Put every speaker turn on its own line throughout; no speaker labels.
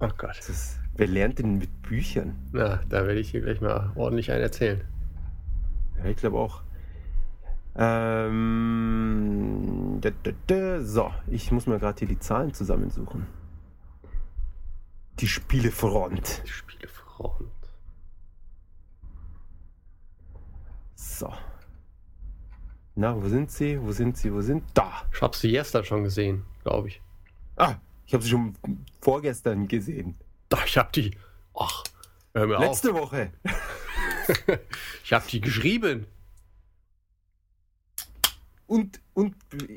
Oh Gott.
Das, wer lernt denn mit Büchern?
Na, da werde ich hier gleich mal ordentlich einen erzählen.
Ja, ich glaube auch. Ähm, da, da, da, so, ich muss mal gerade hier die Zahlen zusammensuchen. Die Spielefront.
Ich spiele Front.
So. Na, wo sind sie? Wo sind sie? Wo sind? Da!
Ich habe sie gestern schon gesehen, glaube ich.
Ah, ich habe sie schon vorgestern gesehen.
Da, ich habe die. Ach, hör mir auf.
Letzte Woche.
Ich habe die geschrieben.
Und, und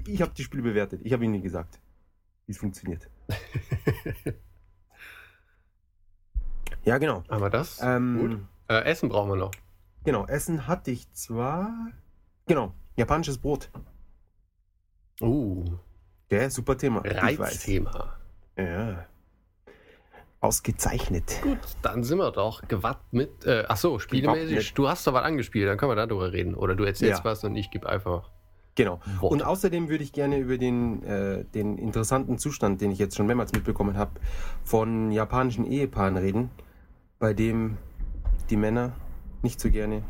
ich habe die Spiele bewertet. Ich habe ihnen gesagt, wie es funktioniert. ja, genau.
Aber das?
Ähm,
Gut. Äh, Essen brauchen wir noch.
Genau, Essen hatte ich zwar. Genau, japanisches Brot.
Uh,
Ja, super Thema. Ich weiß.
Reizthema.
Ja. Ausgezeichnet.
Gut, dann sind wir doch gewatt mit. Äh, ach so, spielemäßig.
Gewappnet.
Du hast doch was angespielt, dann können wir darüber reden. Oder du erzählst
Ja.
was und ich gebe einfach.
Genau.
Worte.
Und außerdem würde ich gerne über den, äh, den interessanten Zustand, den ich jetzt schon mehrmals mitbekommen habe, von japanischen Ehepaaren reden, bei dem die Männer nicht so gerne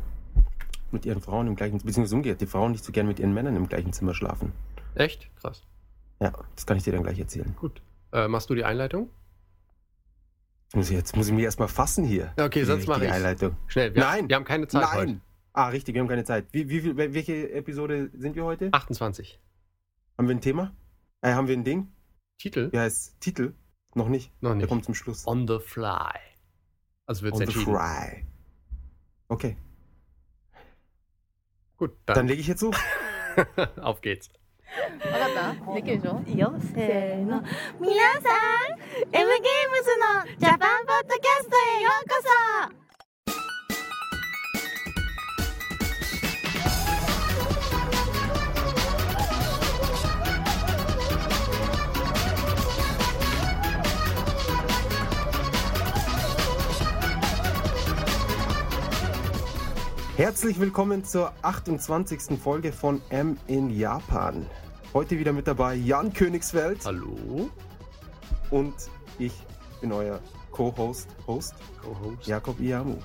mit ihren Frauen im gleichen, beziehungsweise umgekehrt, die Frauen nicht so gerne mit ihren Männern im gleichen Zimmer schlafen.
Echt? Krass.
Ja, das kann ich dir dann gleich erzählen.
Gut. Äh, machst du die Einleitung?
Jetzt muss ich, jetzt muss ich mich erstmal fassen hier.
Okay,
Die
sonst mach
richtige
ich's.
Einleitung.
Schnell. Wir,
Nein.
Wir haben keine Zeit
Nein!
heute.
Ah, richtig, wir haben keine Zeit. Wie, wie, viel- wel- welche Episode sind wir heute?
28.
Haben wir ein Thema? Äh, haben wir ein Ding?
Titel?
Wie heißt Titel? Noch nicht.
Noch
Der
nicht.
kommt zum Schluss.
On the fly. Also wird's
On the
entschieden.
fry. Okay,
Gut,
dann
dann,
lege ich jetzt los.
auf geht's.
わかったできるでしょ
いいよせーの皆さん M ゲームズのジャパンポッドキャストへようこそ
Herzlich willkommen zur 28. Folge von M in Japan. Heute wieder mit dabei Jan Königsfeld
Hallo?
und ich bin euer Co-Host, Host
Co-Host.
Jakob Iyamu.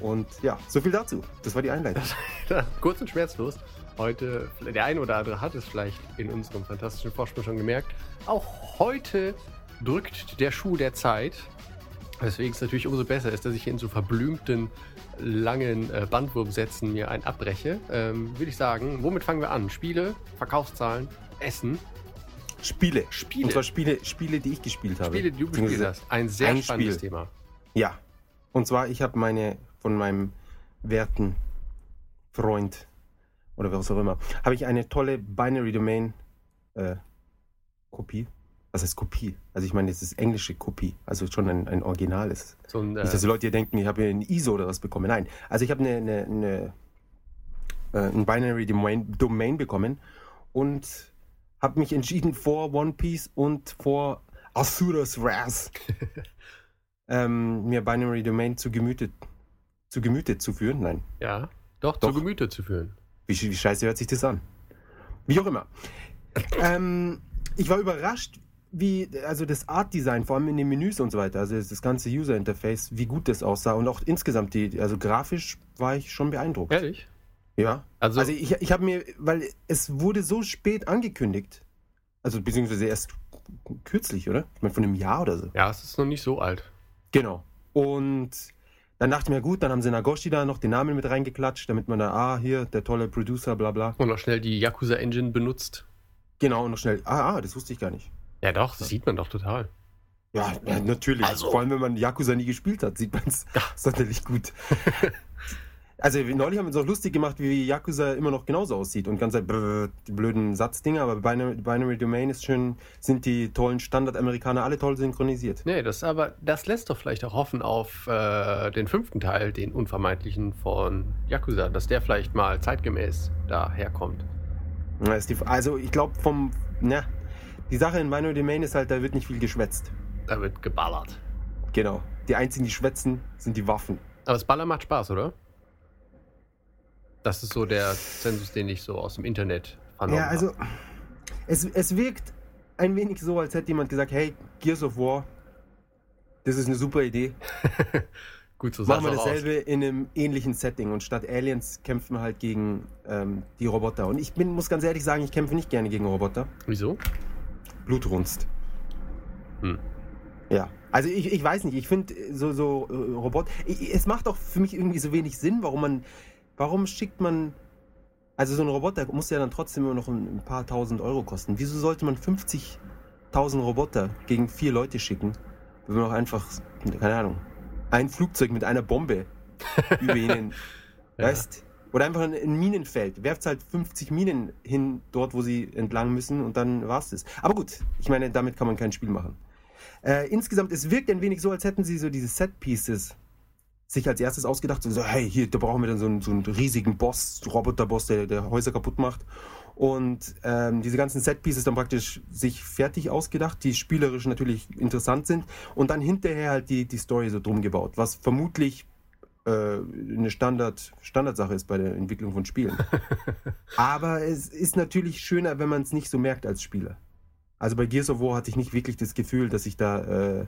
Und ja, so viel dazu. Das war die Einleitung.
Kurz und schmerzlos. Heute, der eine oder andere hat es vielleicht in unserem fantastischen Vorsprung schon gemerkt. Auch heute drückt der Schuh der Zeit. Weswegen es natürlich umso besser ist, dass ich hier in so verblümten, langen äh, Bandwurmsätzen mir einen abbreche. Ähm, Würde ich sagen, womit fangen wir an? Spiele, Verkaufszahlen, Essen,
Spiele.
Spiele.
Und zwar Spiele, Spiele, die ich gespielt habe.
Spiele, die du gespielt hast.
Beziehungsweise-
Ein sehr
ein
spannendes
Spiel.
Thema.
Ja. Und zwar, ich habe meine von meinem werten Freund oder was auch immer, habe ich eine tolle Binary Domain äh, Kopie. Was heißt Kopie? Also ich meine, es ist englische Kopie, also schon ein, ein Original ist.
So ein, äh,
Nicht, dass die Leute hier denken, ich habe hier ein ISO oder was bekommen. Nein, also ich habe eine, eine, eine, äh, ein Binary Domain, Domain bekommen und habe mich entschieden vor One Piece und vor Asuras Wrath ähm, mir Binary Domain zu Gemüte, zu Gemüte zu führen. Nein,
ja, doch,
Doch.
zu Gemüte zu führen.
wie, sch- wie scheiße hört sich das an? Wie auch immer. ähm, ich war überrascht, wie, also das Art-Design, vor allem in den Menüs und so weiter, also das ganze User-Interface, wie gut das aussah und auch insgesamt, die, also grafisch war ich schon beeindruckt.
Ehrlich?
Ja.
Also,
Also ich, ich habe mir, weil es wurde so spät angekündigt, also beziehungsweise erst kürzlich, oder? Ich meine, von einem Jahr oder so.
ja, es ist noch nicht so alt.
Genau. Und dann dachte ich mir, gut, dann haben sie Nagoshi da noch den Namen mit reingeklatscht, damit man da, ah, hier, der tolle Producer, bla bla.
Und noch schnell die Yakuza-Engine benutzt.
Genau, und noch schnell, ah, ah, das wusste ich gar nicht.
Ja, doch, das sieht man doch total.
Ja, ja, natürlich. Vor allem, wenn man Yakuza nie gespielt hat, sieht man es sonderlich gut. also neulich haben wir uns auch lustig gemacht, wie Yakuza immer noch genauso aussieht und ganz brrr, die blöden Satzdinger, aber Binary, Binary Domain ist schön, sind die tollen Standardamerikaner alle toll synchronisiert.
Nee, das aber, das lässt doch vielleicht auch hoffen auf äh, den fünften Teil, den unvermeidlichen von Yakuza, dass der vielleicht mal zeitgemäß daherkommt.
Ja, ist die- Also ich glaube vom, na, die Sache in Binary Domain ist halt, da wird nicht viel geschwätzt.
Da wird geballert.
Genau. Die einzigen, die schwätzen, sind die Waffen.
Aber das Ballern macht Spaß, oder? Das ist so der Zensus, den ich so aus dem Internet vernommen
Ja, also es, es wirkt ein wenig so, als hätte jemand gesagt, hey, Gears of War Das ist eine super Idee.
Gut, so sah
Machen wir
es auch aus.
dasselbe in einem ähnlichen Setting und statt Aliens kämpfen wir halt gegen ähm, die Roboter. Und ich bin, muss ganz ehrlich sagen, ich kämpfe nicht gerne gegen Roboter.
Wieso?
Blutrunst.
Hm.
Ja. Also ich, ich weiß nicht, ich finde so, so äh, Robot. Ich, es macht auch für mich irgendwie so wenig Sinn, warum man. Warum schickt man. Also so ein Roboter muss ja dann trotzdem immer noch ein, ein paar tausend Euro kosten. Wieso sollte man 50.000 Roboter gegen vier Leute schicken, wenn man auch einfach, keine Ahnung, ein Flugzeug mit einer Bombe über ihnen.
Ja.
Weißt Oder einfach ein- ein Minenfeld. Werft halt 50 Minen hin, dort, wo sie entlang müssen, und dann war's das. Aber gut, ich meine, damit kann man kein Spiel machen. Äh, insgesamt, es wirkt ein wenig so, als hätten sie so diese Set-Pieces sich als erstes ausgedacht. So, hey, hier, da brauchen wir dann so einen, so einen riesigen Boss, Roboter-Boss, der, der Häuser kaputt macht. Und ähm, diese ganzen Set-Pieces dann praktisch sich fertig ausgedacht, die spielerisch natürlich interessant sind. Und dann hinterher halt die, die Story so drum gebaut, was vermutlich äh, eine Standard, Standardsache ist bei der Entwicklung von Spielen. Aber es ist natürlich schöner, wenn man es nicht so merkt als Spieler. Also bei Gears of War hatte ich nicht wirklich das Gefühl, dass ich da äh,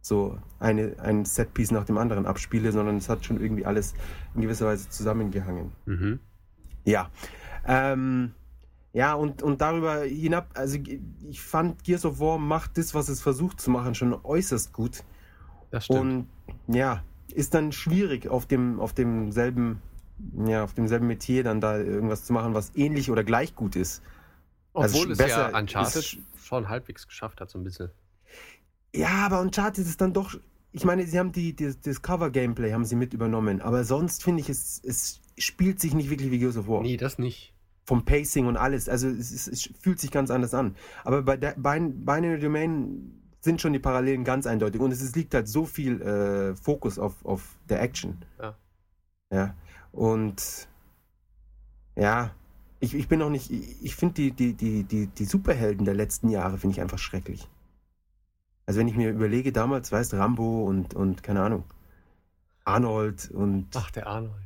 so eine, ein Setpiece nach dem anderen abspiele, sondern es hat schon irgendwie alles in gewisser Weise zusammengehangen.
Mhm.
Ja. Ähm, ja, und, und darüber hinab, also ich fand Gears of War macht das, was es versucht zu machen, schon äußerst gut.
Das stimmt.
Und ja, ist dann schwierig auf dem auf demselben ja, auf demselben Metier dann da irgendwas zu machen, was ähnlich oder gleich gut ist. also
Obwohl es
besser
ja Uncharted
ist-
schon halbwegs geschafft hat, so ein bisschen.
Ja, aber Uncharted ist dann doch. Ich meine, sie haben die, die, das Cover-Gameplay haben sie mit übernommen, aber sonst finde ich, es, es spielt sich nicht wirklich wie Gears of War.
Nee, das nicht.
vom Pacing und alles. Also es, ist- es fühlt sich ganz anders an. Aber bei der, Bin- Binary Domain sind schon die Parallelen ganz eindeutig. Und es, es liegt halt so viel äh, Fokus auf, auf der Action.
Ja.
Ja. Und ja, ich, ich bin noch nicht. Ich, ich finde die, die, die, die, die Superhelden der letzten Jahre finde ich einfach schrecklich. Also wenn ich mir überlege, damals, weißt Rambo und, und keine Ahnung, Arnold und
Ach, der Arnold.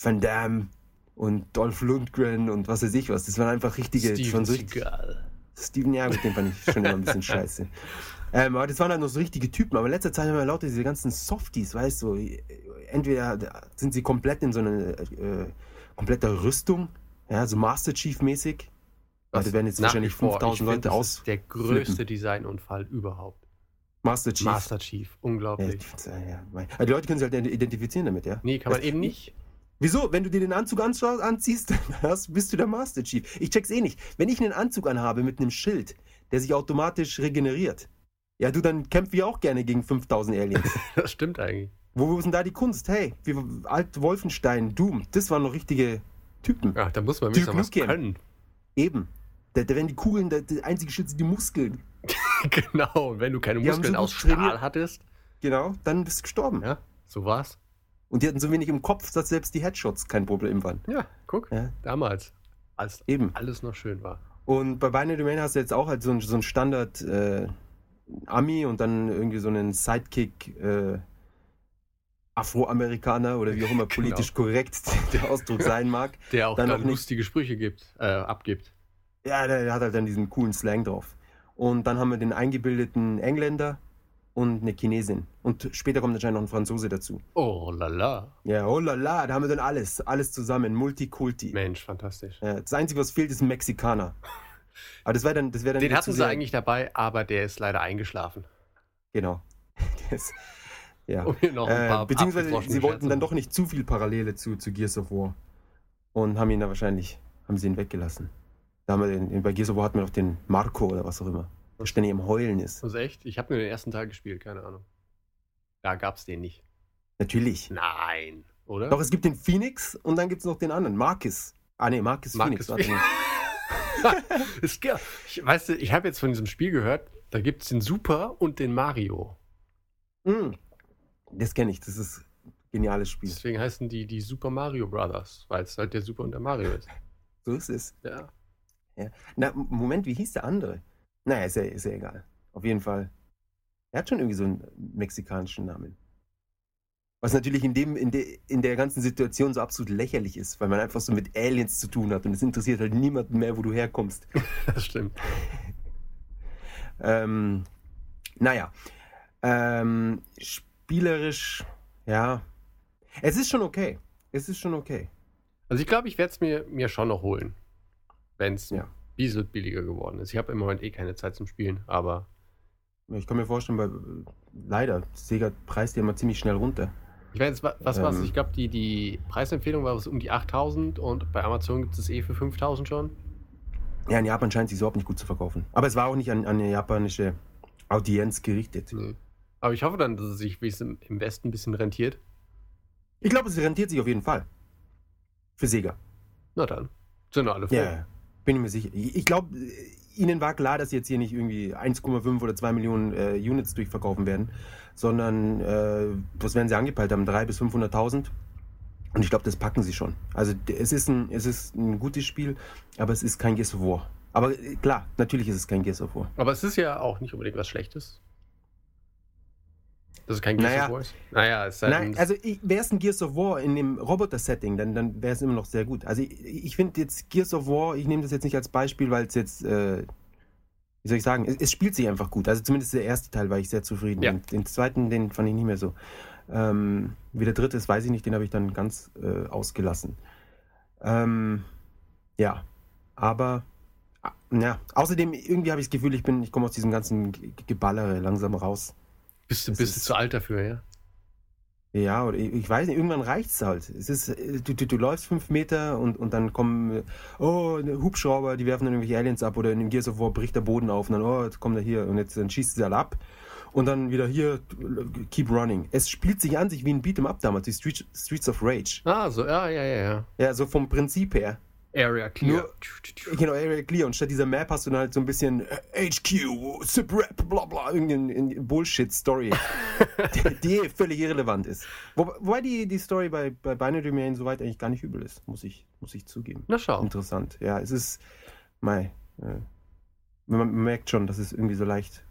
Van Damme und Dolph Lundgren und was weiß ich was. Das waren einfach richtige. das waren so richtig-
Seagal.
Steven, ja, gut, den fand ich schon immer ein bisschen scheiße. Ähm, aber das waren halt noch so richtige Typen. Aber in letzter Zeit haben wir lauter diese ganzen Softies, weißt du. Entweder sind sie komplett in so einer äh, kompletter Rüstung, ja, so Master Chief-mäßig. Also werden jetzt
Nach
wahrscheinlich
wie vor,
5000
ich find,
Leute
das
aus.
ist Der größte Designunfall überhaupt.
Master Chief.
Master Chief,
Ja,
unglaublich.
ich find's, äh, ja, mein- aber die Leute können sich halt identifizieren damit, ja.
Nee, kann man
Das-
eben nicht.
Wieso? Wenn du dir den Anzug anscha- anziehst, dann hast- bist du der Master Chief. Ich check's eh nicht. Wenn ich einen Anzug anhabe mit einem Schild, der sich automatisch regeneriert, ja, du, dann kämpfen wir auch gerne gegen 5000 Aliens.
Das stimmt eigentlich.
wo, wo ist denn da die Kunst? Hey, wir, Alt Wolfenstein, Doom, das waren noch richtige Typen.
Ja, da muss man
Duke
wenigstens was
Nukem.
können.
Eben. Da, da werden die Kugeln, da, der einzige Schild sind die Muskeln.
genau, und wenn du keine
Die haben
Muskeln
so gut
aus Stahl
trainiert.
hattest,
Genau, dann bist du gestorben.
ja, so war's.
Und die hatten so wenig im Kopf, dass selbst die Headshots kein Problem waren.
Ja, guck,
Ja.
damals, als
Eben.
alles noch schön war.
Und bei Binary Domain hast du jetzt auch halt so ein, so ein Standard äh, Ami und dann irgendwie so einen Sidekick äh, Afroamerikaner oder wie auch immer
Genau.
politisch korrekt der Ausdruck sein mag.
Der auch
Dann
dann,
noch nicht-
lustige Sprüche gibt, äh, abgibt.
Ja, der, der hat halt dann diesen coolen Slang drauf. Und dann haben wir den eingebildeten Engländer und eine Chinesin. Und später kommt anscheinend noch ein Franzose dazu.
Oh lala.
Ja, oh la la, da haben wir dann alles, alles zusammen, Multikulti.
Mensch, fantastisch.
Ja, das Einzige, was fehlt, ist ein Mexikaner. Aber das wäre dann, das wäre dann
Den
wieder
hatten
zu
sie
sehr-
eigentlich dabei, aber der ist leider eingeschlafen.
Genau. Das, ja.
Um hier noch ein
Äh,
paar
beziehungsweise
abgedroschene
sie wollten
Scherze.
dann doch nicht zu viel Parallele zu, zu Gears of War und haben ihn da wahrscheinlich, haben sie ihn weggelassen. Da haben wir den, bei Gears of War hatten wir noch den Marco oder was auch immer, der ständig am Heulen ist.
Das ist echt? Ich habe nur den ersten Teil gespielt, keine Ahnung. Da gab's den nicht.
Natürlich.
Nein, oder?
Doch, es gibt den Phoenix und dann gibt es noch den anderen, Marcus. Ah nee, Marcus,
Marcus
Phoenix. Warte mal.
Es gibt- ich, weißt du, ich habe jetzt von diesem Spiel gehört, da gibt's den Super und den Mario.
Mm. Das kenne ich, das ist ein geniales Spiel.
Deswegen heißen die die Super Mario Brothers, weil es halt der Super und der Mario ist.
So ist es.
Ja.
Na, M- Moment, wie hieß der andere? Naja, ist ja, ist ja egal. Auf jeden Fall. Er hat schon irgendwie so einen äh, mexikanischen Namen. Was natürlich in, dem, in, de, in der ganzen Situation so absolut lächerlich ist, weil man einfach so mit Aliens zu tun hat und es interessiert halt niemanden mehr, wo du herkommst.
Das stimmt.
Ähm, naja. Ähm, spielerisch, ja. Es ist schon okay. Es ist schon okay.
Also ich glaube, ich werde es mir, mir schon noch holen, wenn es
Ja.
ein bisschen billiger geworden ist. Ich habe im Moment eh keine Zeit zum Spielen, aber
Ich kann mir vorstellen, weil äh, leider, Sega preist ja immer ziemlich schnell runter.
ich weiß, jetzt, wa- was war's?
Ähm.
Ich glaube, die, die Preisempfehlung war es um die 8000 und bei Amazon gibt es eh für 5000 schon.
Ja, in Japan scheint es sich überhaupt nicht gut zu verkaufen. Aber es war auch nicht an, an eine japanische Audienz gerichtet.
Aber ich hoffe dann, dass es sich wenigstens im Westen ein bisschen rentiert.
Ich glaube, es rentiert sich auf jeden Fall. Für Sega.
Na dann, sind alle froh.
Ja, ja. bin ich mir sicher. Ich ich glaube, äh, Ihnen war klar, dass Sie jetzt hier nicht irgendwie 1,5 oder 2 Millionen äh, Units durchverkaufen werden, sondern äh, was werden Sie angepeilt haben? 300.000 bis 500.000? Und ich glaube, das packen Sie schon. Also d- es ist, ein, es ist ein gutes Spiel, aber es ist kein Gears of War. Aber äh, klar, natürlich ist es kein Gears of War.
Aber es ist ja auch nicht unbedingt was Schlechtes. Das ist kein Gears
Naja.
of War. ist. Naja, es ist halt
Nein,
ein-
also wäre es ein Gears of War in dem Roboter-Setting, dann, dann wäre es immer noch sehr gut. Also ich, ich finde jetzt Gears of War, ich nehme das jetzt nicht als Beispiel, weil es jetzt, äh, wie soll ich sagen, es, es spielt sich einfach gut. Also zumindest der erste Teil war ich sehr zufrieden.
Ja.
Den, den zweiten, den fand ich nicht mehr so. Ähm, wie der dritte ist, weiß ich nicht, den habe ich dann ganz äh, ausgelassen. Ähm, ja, aber ah, ja, außerdem irgendwie habe ich das Gefühl, ich bin, ich komme aus diesem ganzen Ge- Ge- Geballere langsam raus.
bist du
es
bist du
ist-
zu alt dafür, ja?
Ja, oder ich, ich weiß nicht, irgendwann reicht's halt. Es ist, äh, du, du, du läufst fünf Meter und, und dann kommen, äh, oh, ne Hubschrauber, die werfen dann irgendwelche Aliens ab oder in dem Gears of War bricht der Boden auf und dann, oh, jetzt kommt er hier und jetzt dann schießt sie alle ab und dann wieder hier, äh, keep running. Es spielt sich an sich wie ein Beat'em Up damals, die Street, Streets of Rage.
Ah, so, ja, ja, ja,
Ja, so vom Prinzip her.
ja. Area clear.
Nur- Genau, Area Clear. Und statt dieser Map hast du dann halt so ein bisschen äh, HQ, Subrap, bla bla, irgendeine Bullshit-Story, die, die völlig irrelevant ist. Wo, wobei die, die Story bei, bei Binary Domain soweit eigentlich gar nicht übel ist, muss ich, muss ich zugeben.
Na schau.
Interessant. Ja, es ist, mei, äh, man merkt schon, dass es irgendwie so leicht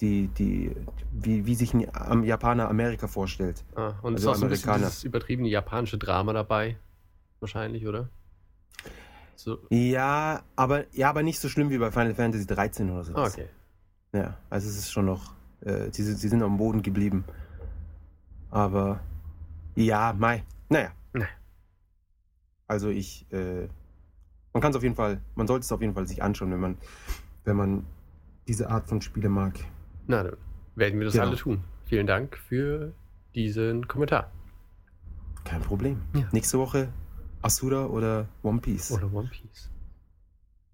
die, die, wie, wie sich ein Am- Japaner Amerika vorstellt.
Ah, und es ist
Also
auch so ein bisschen
Amerikaner.
dieses übertriebene japanische Drama dabei. Wahrscheinlich, oder? So.
Ja, aber, ja, aber nicht so schlimm wie bei Final Fantasy 13 oder so.
Ah, okay.
Ja, also es ist schon noch, äh, sie, sind- sie sind am Boden geblieben. Aber ja, Mai. Naja.
Nee.
Also ich, äh, man kann es auf jeden Fall, man sollte es auf jeden Fall sich anschauen, wenn man, wenn man diese Art von Spiele mag.
Na, dann werden wir das
Genau.
alle tun. Vielen Dank für diesen Kommentar.
Kein Problem.
Ja.
Nächste Woche Asura oder One Piece.
Oder One Piece.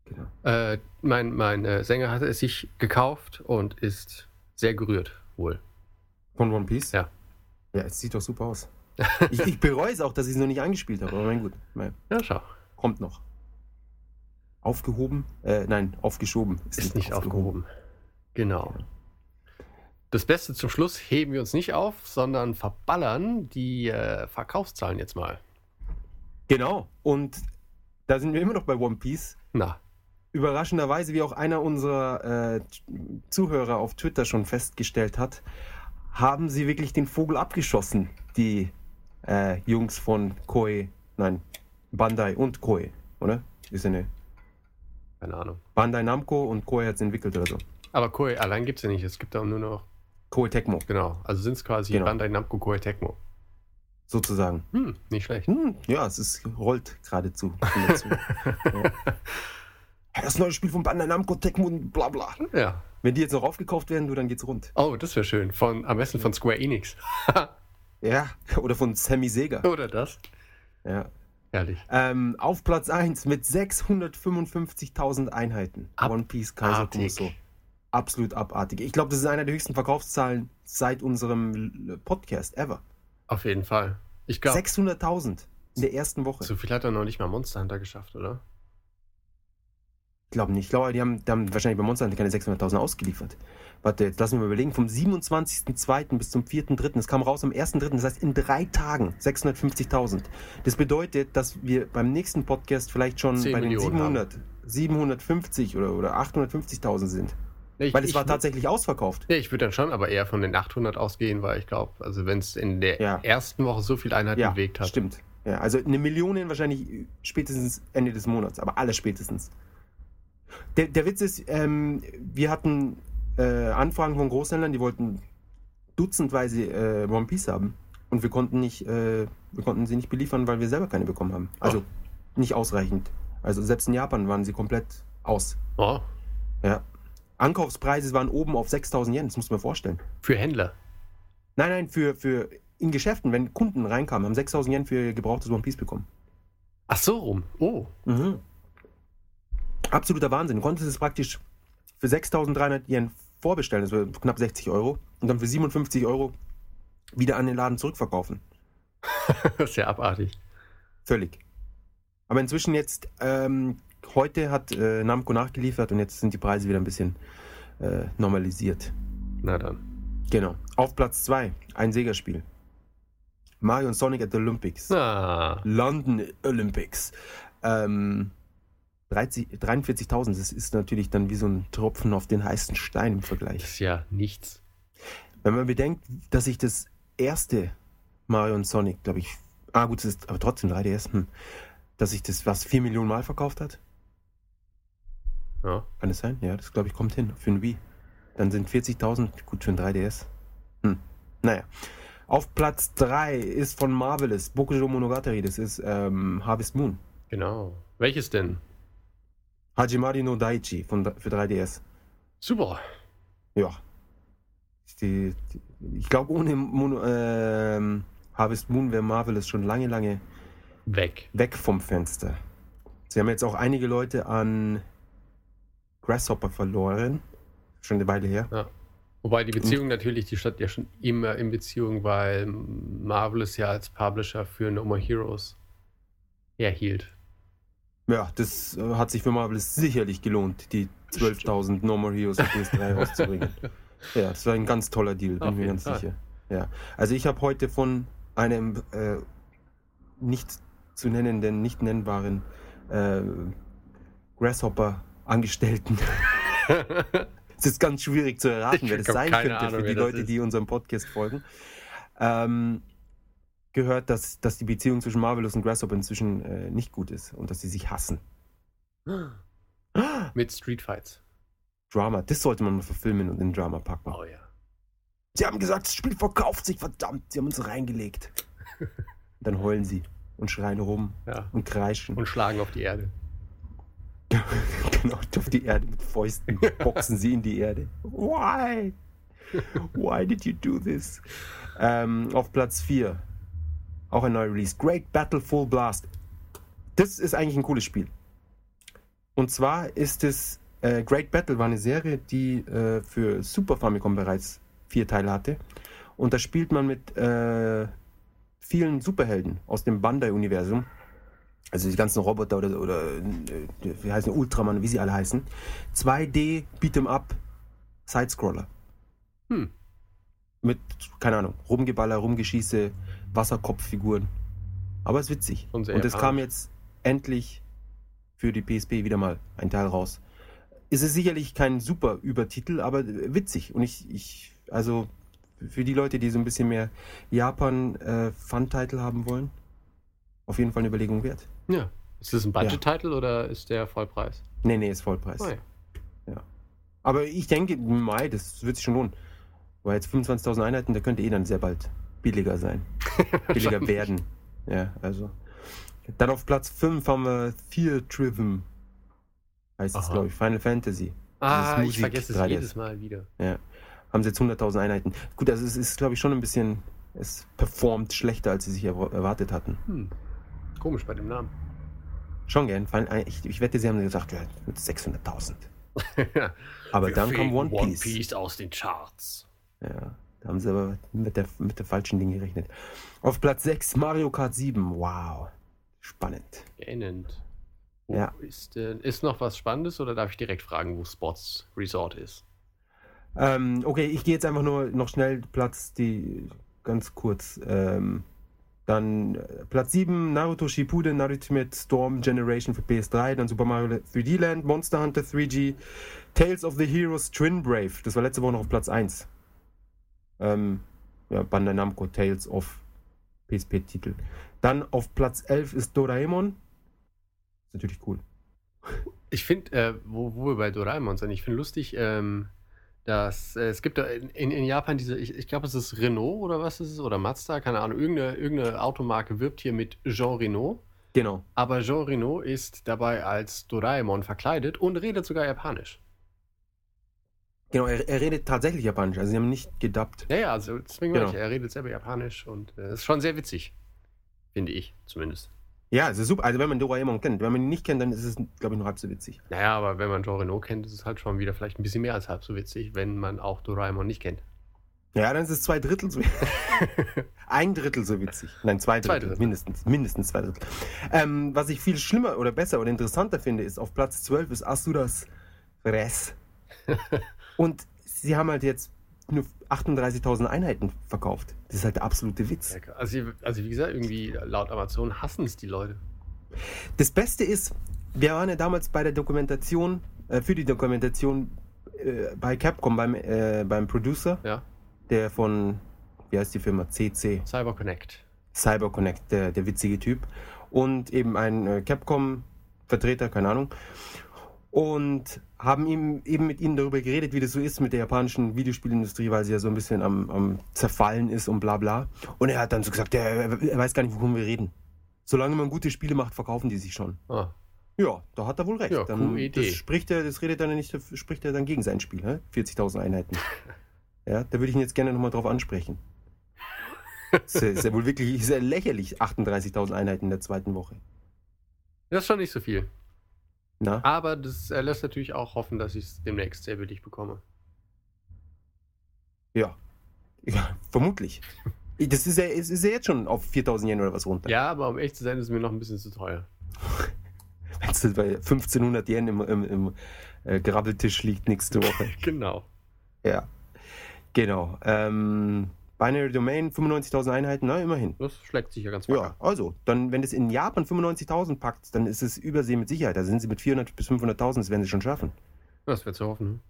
Genau.
Äh, mein mein äh, Sänger hatte es sich gekauft und ist sehr gerührt, wohl.
Von One Piece?
Ja.
Ja, es sieht doch super aus. ich ich bereue es auch, dass ich es noch nicht angespielt habe, aber mein gut. Mein,
Ja, schau.
Kommt noch. Aufgehoben? Äh, nein, aufgeschoben.
Ist nicht aufgehoben. Genau. Das Beste zum Schluss heben wir uns nicht auf, sondern verballern die äh, Verkaufszahlen jetzt mal.
Genau. Und da sind wir immer noch bei One Piece.
Na,
Überraschenderweise, wie auch einer unserer äh, Zuhörer auf Twitter schon festgestellt hat, haben sie wirklich den Vogel abgeschossen, die äh, Jungs von Koei, nein, Bandai und Koei, oder? Ist ja eine
keine Ahnung.
Bandai Namco und Koei hat es entwickelt oder so.
Aber Koei allein gibt es ja nicht. Es gibt da nur noch.
Koei Tecmo,
Genau. Also sind es quasi
Genau.
Bandai Namco Koei Tecmo.
sozusagen.
Hm, nicht schlecht.
Hm, ja, es ist, rollt geradezu. Viel dazu. ja. Das neue Spiel von Bandai Namco, Tecmo und bla bla.
Ja.
Wenn die jetzt noch aufgekauft werden, du, dann geht's rund.
Oh, das wäre schön. Von, am besten von Square Enix.
Ja. Oder von Sammy Sega.
Oder das?
Ja.
Herrlich.
Ähm, auf Platz 1 mit 655.000 Einheiten. One Piece Kaiser
Abartig.
Kumoso. Absolut abartig. Ich glaube, das ist einer der höchsten Verkaufszahlen seit unserem L- Podcast ever.
Auf jeden Fall. Ich glaube,
600.000 in der ersten Woche.
so viel hat er noch nicht mal Monster Hunter geschafft, oder?
Ich glaube nicht. Ich glaube, die haben, die haben wahrscheinlich bei Monster Hunter keine 600.000 ausgeliefert. Warte, jetzt lassen wir überlegen. Vom 27.02. bis zum 4.03. Es kam raus am 1.03. Das heißt, in drei Tagen 650.000. Das bedeutet, dass wir beim nächsten Podcast vielleicht schon
10
bei den
Millionen
700, 750 oder, oder 850.000 sind.
Nee, ich,
Weil es war
ich-
tatsächlich ausverkauft.
Nee, ich würde dann schon aber eher von den 800 ausgehen, weil ich glaube, also wenn es in der
Ja.
ersten Woche so viel Einheit
Ja,
bewegt hat.
stimmt. Ja, also eine Million wahrscheinlich spätestens Ende des Monats, aber alle spätestens. Der, der Witz ist, ähm, wir hatten äh, Anfragen von Großhändlern, die wollten dutzendweise äh, One Piece haben und wir konnten nicht, äh, wir konnten sie nicht beliefern, weil wir selber keine bekommen haben. Also nicht ausreichend. Also selbst in Japan waren sie komplett aus.
Oh,
Ja. Ankaufspreise waren oben auf 6000 Yen, das muss man vorstellen.
für Händler.
Nein, nein, für, für in Geschäften, wenn Kunden reinkamen, haben 6000 Yen für gebrauchtes One Piece bekommen.
Ach so rum. Oh.
Mhm. Absoluter Wahnsinn. Du konntest es praktisch für 6300 Yen vorbestellen, das wäre knapp 60 Euro, und dann für 57 Euro wieder an den Laden zurückverkaufen.
Das ist ja abartig.
Völlig. Aber inzwischen jetzt, ähm, heute hat äh, Namco nachgeliefert und jetzt sind die Preise wieder ein bisschen äh, normalisiert.
Na dann.
Genau. Auf Platz 2, ein Sega-Spiel. Mario und Sonic at the Olympics.
Na.
London Olympics. Ähm, 30 43.000, das ist natürlich dann wie so ein Tropfen auf den heißen Stein im
Das
Vergleich.
ist ja nichts.
Wenn man bedenkt, dass ich das erste Mario und Sonic, glaube ich, ah gut, es ist aber trotzdem 3DS, hm, dass ich das was 4 Millionen Mal verkauft hat,
Ja.
kann es sein? Ja, das glaube ich kommt hin für ein Wii. Dann sind 40.000, gut für ein 3DS. Hm. Naja. Auf Platz 3 ist von Marvelous Bokujo Monogatari, das ist ähm, Harvest Moon.
Genau. Welches denn?
Hajimari no Daichi von, für 3DS.
Super.
Ja. Die, die, ich glaube, ohne Mono, ähm, Harvest Moon wäre Marvelous schon lange, lange
Weg.
weg vom Fenster. Sie haben jetzt auch einige Leute an Grasshopper verloren. Schon eine Weile her.
Wobei die
Hm.
Beziehung natürlich, die stand ja schon immer in Beziehung, weil Marvelous ja als Publisher für No More Heroes herhielt.
Ja, das äh, hat sich für Marvelous sicherlich gelohnt, die 12.000 No More Heroes auf PS3 rauszubringen. Ja, das war ein ganz toller Deal, bin
Auf
mir
jeden
ganz
Fall.
sicher. Ja. Also ich habe heute von einem äh, nicht zu nennenden, nicht nennbaren äh, Grasshopper-Angestellten. Es ist ganz schwierig zu erraten,
Ich
wer das
hab
sein
keine
könnte
Ahnung,
für die
wer das
Leute,
ist.
die unserem Podcast folgen. Ähm, gehört, dass, dass die Beziehung zwischen Marvelous und Grasshopper inzwischen äh, nicht gut ist und dass sie sich hassen. Ah.
Mit Street Fights.
Drama, das sollte man mal verfilmen und in Drama packen.
Oh ja.
Sie haben gesagt, das Spiel verkauft sich, verdammt. Sie haben uns reingelegt. Dann heulen sie und schreien rum
ja.
und kreischen.
Und schlagen auf die Erde.
genau auf die Erde mit Fäusten boxen sie in die Erde. Why? Why did you do this? Ähm, auf Platz 4. Auch ein neuer Release. Great Battle Full Blast. Das ist eigentlich ein cooles Spiel. Und zwar ist es. Äh, Great Battle war eine Serie, die äh, für Super Famicom bereits vier Teile hatte. Und da spielt man mit äh, vielen Superhelden aus dem Bandai-Universum. Also die ganzen Roboter oder, oder äh, wie heißen die, Ultraman, wie sie alle heißen. 2D Beat'em Up Sidescroller.
Hm.
Mit, keine Ahnung, Rumgeballer, Rumgeschieße, Wasserkopffiguren. Aber es ist witzig.
Und sehr
Und es kam
japanisch.
jetzt endlich für die PSP wieder mal ein Teil raus. Es ist sicherlich kein super Übertitel, aber äh, witzig. Und ich, ich also für die Leute, die so ein bisschen mehr Japan-Fun-Title haben wollen, auf jeden Fall eine Überlegung wert.
Ja. Ist das ein Budget-Title oder ist der Vollpreis?
Nee, nee, ist Vollpreis.
Oh ja.
Aber ich denke, Mai, das wird sich schon lohnen. Weil jetzt 25.000 Einheiten, da könnte eh dann sehr bald billiger sein. billiger werden. Ja, also. Dann auf Platz 5 haben wir Fear Driven. Heißt es,
Aha.
glaube ich, Final Fantasy.
Ah,
Dieses
ich vergesse es
3DS.
jedes Mal wieder.
Haben sie jetzt 100.000 Einheiten. Gut, also es ist, glaube ich, schon ein bisschen. Es performt schlechter, als sie sich erwa- erwartet hatten.
Hm. Komisch bei dem Namen.
Schon gern. Final- Ich, ich wette, sie haben gesagt, ja, mit 600.000. Aber
Wir
dann kam
fegen
One Piece.
aus den Charts.
Ja, da haben sie aber mit der, mit der falschen Ding gerechnet. Auf Platz 6 Mario Kart 7. Wow. Spannend.
Gähnend. Wo
Ja.
Ist, denn, ist noch was Spannendes oder darf ich direkt fragen, wo Spots Resort ist?
Ähm, okay, ich gehe jetzt einfach nur noch schnell Platz, die ganz kurz. Ähm, dann äh, Platz 7, Naruto Shippuden, Naruto mit Storm Generation für PS3, dann Super Mario 3D Land, Monster Hunter 3G, Tales of the Heroes Twin Brave, das war letzte Woche noch auf Platz 1. Ähm, ja, Bandai Namco Tales of PSP-Titel. Dann auf Platz 11 ist Doraemon. Ist natürlich cool.
Ich finde, äh, wo, wo wir bei Doraemon sind, ich finde lustig, ähm, Das, äh, es gibt da in, in in Japan diese, ich, ich glaube, es ist Renault oder was ist es, oder Mazda, keine Ahnung, irgendeine, irgendeine Automarke wirbt hier mit Jean Renault.
Genau.
Aber Jean Renault ist dabei als Doraemon verkleidet und redet sogar Japanisch.
Genau, er, er redet tatsächlich Japanisch. Also sie haben nicht gedubbt.
Ja, ja, also deswegen genau.
Genau.
ich, er redet selber Japanisch und äh, ist schon sehr witzig. Finde ich, zumindest.
Ja, es ist super. Also wenn man Doraemon kennt. Wenn man ihn nicht kennt, dann ist es, glaube ich, nur halb so witzig.
Naja, aber wenn man Jean Renault kennt, ist es halt schon wieder vielleicht ein bisschen mehr als halb so witzig, wenn man auch Doraemon nicht kennt.
Ja, dann ist es zwei Drittel so Ein Drittel so witzig. Nein, zwei Drittel.
Zwei Drittel.
Mindestens. Mindestens zwei Drittel. Ähm, was ich viel schlimmer oder besser oder interessanter finde, ist auf Platz 12 ist Asuras Res. Und sie haben halt jetzt nur 38.000 Einheiten verkauft. Das ist halt der absolute Witz.
Also, also wie gesagt, irgendwie laut Amazon hassen es die Leute.
Das Beste ist, wir waren ja damals bei der Dokumentation, äh, für die Dokumentation äh, bei Capcom, beim, äh, beim Producer,
Ja,
der von, wie heißt die Firma? CC.
Cyber Connect.
CyberConnect, der, der witzige Typ. Und eben ein äh, Capcom-Vertreter, keine Ahnung. Und haben ihm, eben mit ihnen darüber geredet, wie das so ist mit der japanischen Videospielindustrie, weil sie ja so ein bisschen am, am Zerfallen ist und bla bla. Und er hat dann so gesagt, er, er weiß gar nicht, wovon wir reden. Solange man gute Spiele macht, verkaufen die sich schon.
Ah,
Ja, da hat er wohl recht.
Ja,
dann,
coole Idee.
Das spricht er, das redet er dann nicht, spricht er dann gegen sein Spiel, hä? 40.000 Einheiten. ja, da würde ich ihn jetzt gerne nochmal drauf ansprechen. ist, ja- ist ja wohl wirklich ist ja lächerlich, 38.000 Einheiten in der zweiten Woche.
das ist schon nicht so viel.
Na?
Aber das äh, lässt natürlich auch hoffen, dass ich es demnächst sehr billig bekomme.
Ja. ja. Vermutlich. Das ist ja, es ist ja jetzt schon auf 4.000 Yen oder was runter.
Ja, aber um ehrlich zu sein, ist es mir noch ein bisschen zu teuer.
Wenn's bei 1.500 Yen im, im, im äh, Grabbeltisch liegt nächste Woche.
Genau.
ja. Genau. Ähm, Binary Domain, 95.000 Einheiten, na immerhin.
Das schlägt sich ja ganz
Ja,
wacker.
also, dann, wenn es in Japan 95.000 packt, dann ist es Übersee mit Sicherheit. Da sind sie mit 400 bis 500.000, das werden sie schon schaffen.
Das wäre zu hoffen.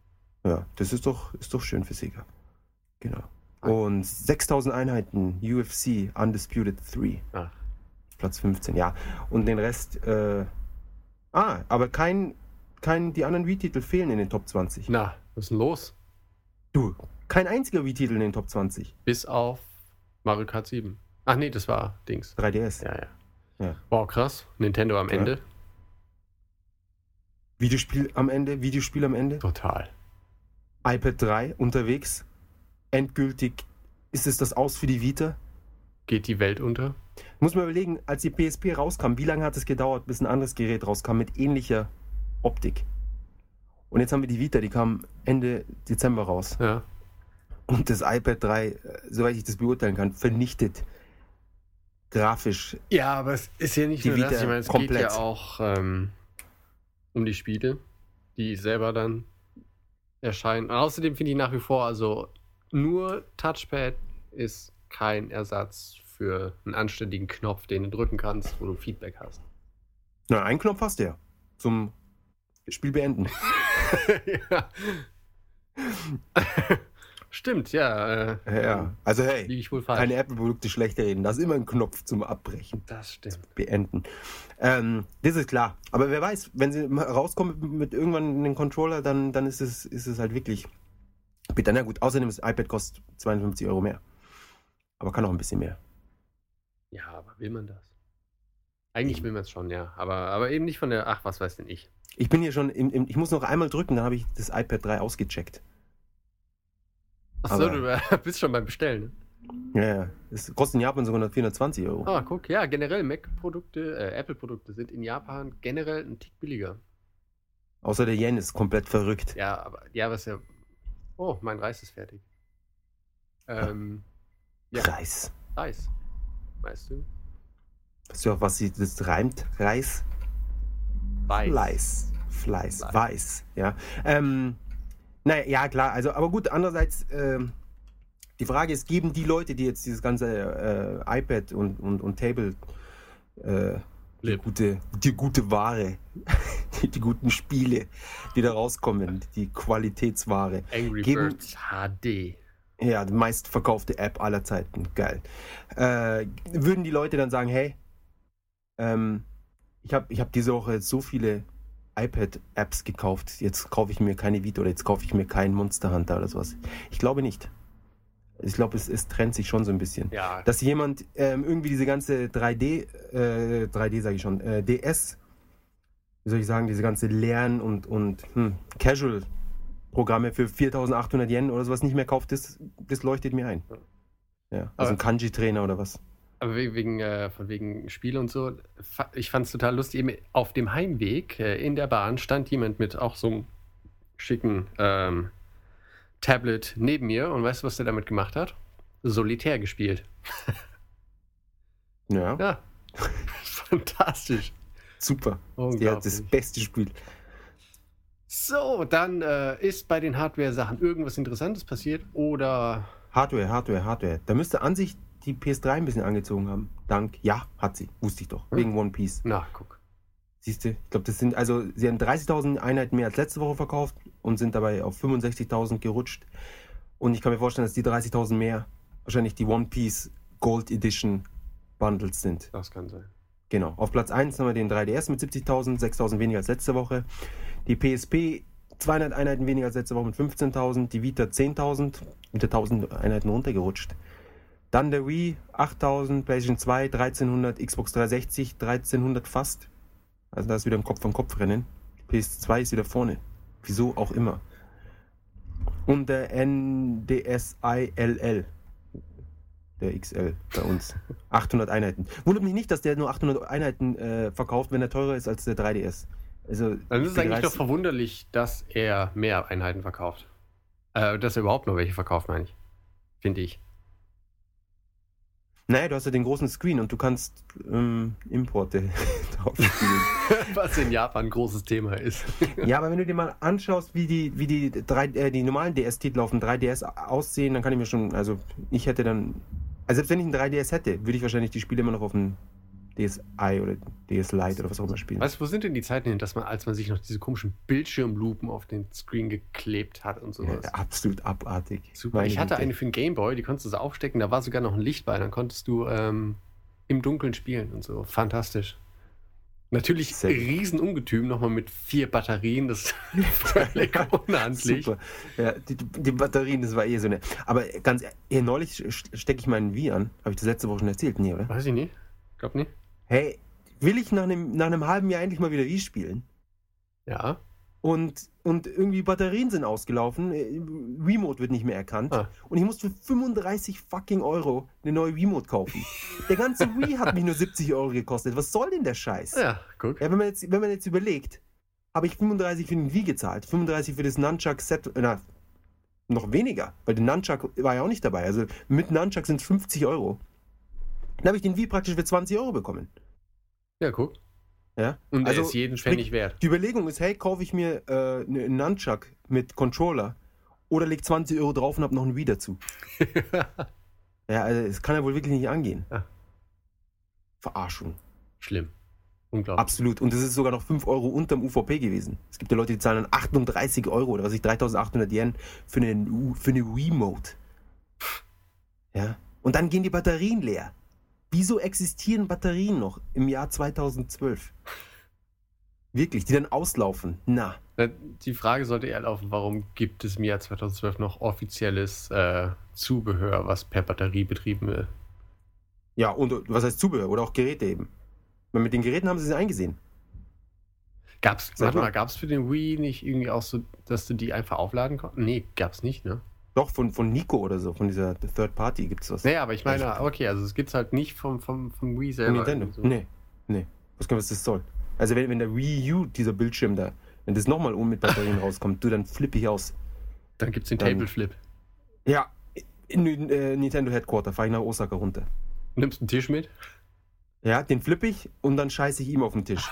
ne?
Ja, das ist doch, ist doch schön für Sega. Genau.
Ah.
Und 6.000 Einheiten UFC Undisputed 3,
Ach,
Platz 15, ja. Und den Rest, äh, ah, aber kein, kein, die anderen Wii-Titel fehlen in den Top 20.
na, was ist denn los?
Du, kein einziger Wii-Titel in den Top 20.
Bis auf Mario Kart 7. Ach nee, das war Dings.
3DS.
Ja, ja.
Ja.
Wow, krass. Nintendo am
Ja.
Ende.
Videospiel am Ende, Videospiel am Ende.
Total.
iPad 3 unterwegs. Endgültig ist es das aus für die Vita.
Geht die Welt unter?
Muss man überlegen, als die PSP rauskam, wie lange hat es gedauert, bis ein anderes Gerät rauskam mit ähnlicher Optik? Und jetzt haben wir die Vita, die kam Ende Dezember raus.
Ja.
Und das iPad 3, äh, soweit ich das beurteilen kann, vernichtet grafisch.
Ja, aber es ist ja nicht
Die
nur das.
Vita
Ich meine, es geht
komplett.
ja auch ähm, um die Spiele, die selber dann erscheinen. Und außerdem finde ich nach wie vor, also nur Touchpad ist kein Ersatz für einen anständigen Knopf, den du drücken kannst, wo du Feedback hast.
Na, einen Knopf hast du ja. Zum Spiel beenden.
ja. Stimmt, ja. Äh,
Ja. Also hey,
Liege ich wohl falsch.
keine Apple-Produkte schlechter reden. Da ist immer ein Knopf zum Abbrechen.
das stimmt.
beenden. Ähm, das ist klar. Aber wer weiß, wenn sie mal rauskommen mit, mit irgendwann einem Controller, dann, dann ist, es, ist es halt wirklich bitter. Na gut, außerdem das iPad kostet 52 Euro mehr. Aber kann auch ein bisschen mehr.
Ja, aber will man das? Eigentlich will man es schon, ja. Aber, aber eben nicht von der, ach, was weiß denn ich.
Ich bin hier schon, im, im, ich muss noch einmal drücken, dann habe ich das iPad 3 ausgecheckt.
Achso,
Aber-
du bist schon beim Bestellen. Ne?
Ja, ja. Es kostet in Japan sogar noch 420 Euro.
Ah, guck, ja, generell Mac-Produkte, äh, Apple-Produkte sind in Japan generell ein Tick billiger.
Außer der Yen ist komplett verrückt.
Ja, aber, ja, was ja. Oh, mein Reis ist fertig. Ähm, Ja.
Reis.
Reis. Weißt du?
Weißt du auch, was sie, das reimt? Reis?
Weiß.
Fleiß. Fleiß.
Fleiß.
Weiß. Ja. Ähm, naja, ja, klar. Also, aber gut, andererseits, ähm, die Frage ist, geben die Leute, die jetzt dieses ganze äh, iPad und, und, und Table, äh, die,
Lip.
gute, die gute Ware, die, die guten Spiele, die da rauskommen, die Qualitätsware.
Angry
Geben-
Birds HD.
Ja, die meistverkaufte App aller Zeiten. Geil. Äh, würden die Leute dann sagen, hey, ähm, ich habe ich hab diese Woche so viele iPad-Apps gekauft. Jetzt kaufe ich mir keine Vita oder jetzt kaufe ich mir keinen Monster Hunter oder sowas. Ich glaube nicht. Ich glaube, es, es trennt sich schon so ein bisschen.
Ja,
Dass jemand ähm, irgendwie diese ganze 3D, äh, 3D sage ich schon, äh, DS, wie soll ich sagen, diese ganze Lern- und, und hm, Casual-Programme für 4800 Yen oder sowas nicht mehr kauft, das, das leuchtet mir ein. Ja, also
Aber-
ein Kanji-Trainer oder was.
Aber we- wegen, äh, von wegen Spiele und so, fa- ich fand es total lustig. Eben auf dem Heimweg äh, in der Bahn stand jemand mit auch so einem schicken ähm, Tablet neben mir und weißt du, was der damit gemacht hat? Solitär gespielt.
Ja,
Ja. Fantastisch.
super. Der hat das
Unglaublich.
beste Spiel.
So, dann äh, ist bei den Hardware-Sachen irgendwas Interessantes passiert oder.
Hardware, Hardware, Hardware. Da müsste an sich die PS3 ein bisschen angezogen haben. Dank, ja, hat sie. Wusste ich
Hm.
doch. Wegen One Piece.
Na, guck.
Siehst du, ich glaube, das sind, also sie haben 30.000 Einheiten mehr als letzte Woche verkauft und sind dabei auf 65.000 gerutscht. Und ich kann mir vorstellen, dass die 30.000 mehr wahrscheinlich die One Piece Gold Edition Bundles sind.
Das kann sein.
Genau. Auf Platz 1 haben wir den 3DS mit 70.000, 6.000 weniger als letzte Woche. Die PSP 200 Einheiten weniger als letzte Woche mit 15.000. Die Vita 10.000, mit der 1.000 Einheiten runtergerutscht. Dann der Wii 8.000, PlayStation 2 1.300, Xbox 360 1.300 fast. Also da ist wieder im Kopf an Kopf rennen. Die PS2 ist wieder vorne. Wieso auch immer. Und der NDSILL. Der XL bei uns. 800 Einheiten. Wundert mich nicht, dass der nur 800 Einheiten äh, verkauft, wenn er teurer ist als der 3DS. Also,
Dann ist es
die
eigentlich doch
3DS
verwunderlich, dass er mehr Einheiten verkauft. Äh, dass er überhaupt nur welche verkauft, meine ich. Finde ich.
Naja, du hast ja den großen Screen und du kannst ähm, Importe drauf spielen.
Was in Japan ein großes Thema ist.
ja, aber wenn du dir mal anschaust, wie die, wie die, drei, äh, die normalen DS-Titel auf dem 3DS aussehen, dann kann ich mir schon, also ich hätte dann, also selbst wenn ich einen 3DS hätte, würde ich wahrscheinlich die Spiele immer noch auf dem DSi oder DS Lite oder was auch immer spielen.
Weißt du, wo sind denn die Zeiten hin, dass man, als man sich noch diese komischen Bildschirmlupen auf den Screen geklebt hat und
Ja,
sowas?
absolut abartig.
Super.
Meine
Ich hatte
Güte.
eine für den Gameboy, die konntest du so aufstecken, da war sogar noch ein Licht bei, dann konntest du ähm, im Dunkeln spielen und so. Fantastisch. Natürlich
Sehr gut.
Riesenungetüm, nochmal mit vier Batterien, das ist völlig unhandlich.
Super. Ja, die, die Batterien, das war eh so eine. Aber ganz eh, neulich stecke ich meinen Wii an. Habe ich das letzte Woche schon erzählt? Nee, oder?
Weiß ich nicht. Glaub nicht.
Hey, will ich nach einem, nach einem halben Jahr endlich mal wieder Wii spielen?
Ja.
Und, und irgendwie Batterien sind ausgelaufen, äh, Remote wird nicht mehr erkannt.
Ah.
Und ich muss für 35 fucking Euro eine neue Remote kaufen. Der ganze Wii hat mich nur 70 Euro gekostet. Was soll denn der Scheiß?
Ah Ja, guck.
Ja, wenn man jetzt, wenn man jetzt überlegt, habe ich 35 für den Wii gezahlt, 35 für das Nunchuck-Set, äh, na, noch weniger, weil der Nunchuck war ja auch nicht dabei. Also mit Nunchuck sind es 50 Euro. Dann habe ich den Wii praktisch für 20 Euro bekommen.
Ja, guck.
Ja?
Und
Also,
er ist jeden Pfennig wert.
Die Überlegung ist, hey, kaufe ich mir äh, ne- einen Nunchuck mit Controller oder leg 20 Euro drauf und habe noch einen Wii dazu. ja, also es kann ja wohl wirklich nicht angehen.
Ja.
Verarschung.
Schlimm. Unglaublich.
Absolut. Und es ist sogar noch 5 Euro unterm UVP gewesen. Es gibt ja Leute, die zahlen dann 38 Euro oder was weiß ich, 3800 Yen für eine, U- für eine Remote. Ja. Und dann gehen die Batterien leer. Wieso existieren Batterien noch im Jahr 2012? Wirklich, die dann auslaufen. Na,
Na, Äh, Die Frage sollte eher laufen, warum gibt es im Jahr 2012 noch offizielles äh, Zubehör, was per Batterie betrieben wird?
ja, und äh, was heißt Zubehör oder auch Geräte eben? Weil mit den Geräten haben sie sie eingesehen.
Gab's,
Sag
warte
mal.
mal, gab's für den Wii nicht irgendwie auch so, dass du die einfach aufladen konntest? Nee, gab's nicht, ne?
Doch, von, von Nico oder so, von dieser Third Party gibt's was.
Naja, aber ich meine, okay, also es gibt's halt nicht vom, vom, vom Wii
Von
selber.
Nintendo?
irgendwie so.
Nee, nee. Was, kann- was das soll? Also wenn, wenn der Wii U, dieser Bildschirm da, wenn das nochmal um mit Batterien rauskommt, du, dann flippe ich aus.
Dann gibt's den
Dann-
Table Flip.
Ja, in, den, äh, Nintendo Headquarter, fahre ich nach Osaka runter.
Nimmst einen Tisch mit?
Ja, den flippe ich und dann scheiße ich ihm auf den Tisch.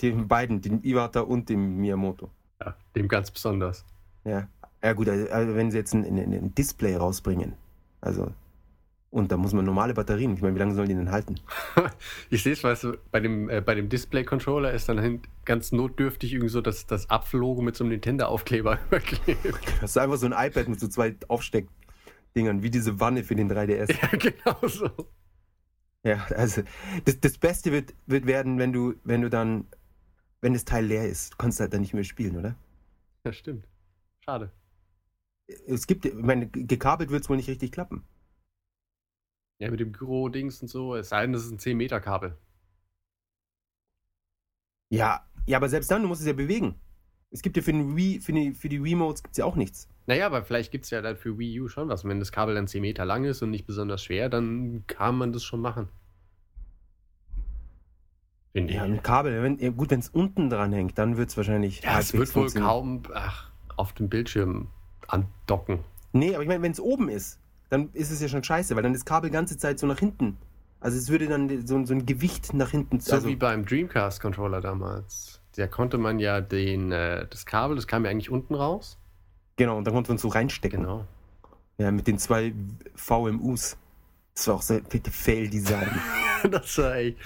den beiden, dem Iwata und dem Miyamoto.
Ja, dem ganz besonders.
Ja, ja gut, also, also wenn sie jetzt ein, ein, ein Display rausbringen, also, und da muss man normale Batterien, ich meine, wie lange sollen die denn halten?
Ich sehe es, weißt du, bei dem, äh, bei dem Display-Controller ist dann hin- ganz notdürftig irgendwie so das, das Apfel-Logo mit so einem Nintendo-Aufkleber überklebt.
Das ist einfach so ein iPad mit so zwei Aufsteckdingern, wie diese Wanne für den 3DS.
ja, genau so.
Ja, also das, das Beste wird, wird werden, wenn du, wenn du dann wenn das Teil leer ist. Du kannst halt dann nicht mehr spielen, oder?
Das stimmt. Schade.
Es gibt, ich meine, gekabelt wird es wohl nicht richtig klappen.
Ja, mit dem Gyro-Dings und so. Es sei denn, das ist ein 10-Meter-Kabel.
Ja, ja, aber selbst dann, du musst es ja bewegen. Es gibt ja für, den Wii, für, die, für die Wii-Modes gibt es ja auch nichts.
Naja, aber vielleicht gibt es ja dann für Wii U schon was. Und wenn das Kabel dann 10 Meter lang ist und nicht besonders schwer, dann kann man das schon machen. Finde ich.
Ja, ein Kabel, wenn, ja, gut, wenn es unten dran hängt, dann wird es wahrscheinlich.
Ja, es
halbwegs
wird wohl kaum
funktionieren.
ach, auf dem Bildschirm andocken.
Nee, aber ich meine, wenn es oben ist, dann ist es ja schon scheiße, weil dann das Kabel ganze Zeit so nach hinten. Also es würde dann so, so ein Gewicht nach hinten
So
also,
wie beim Dreamcast-Controller damals. Da konnte man ja den, äh, das Kabel, das kam ja eigentlich unten raus.
Genau, und dann konnte man so reinstecken.
Genau.
Ja, mit den zwei VMUs. Das war auch so bitte Fail-Design.
das war echt.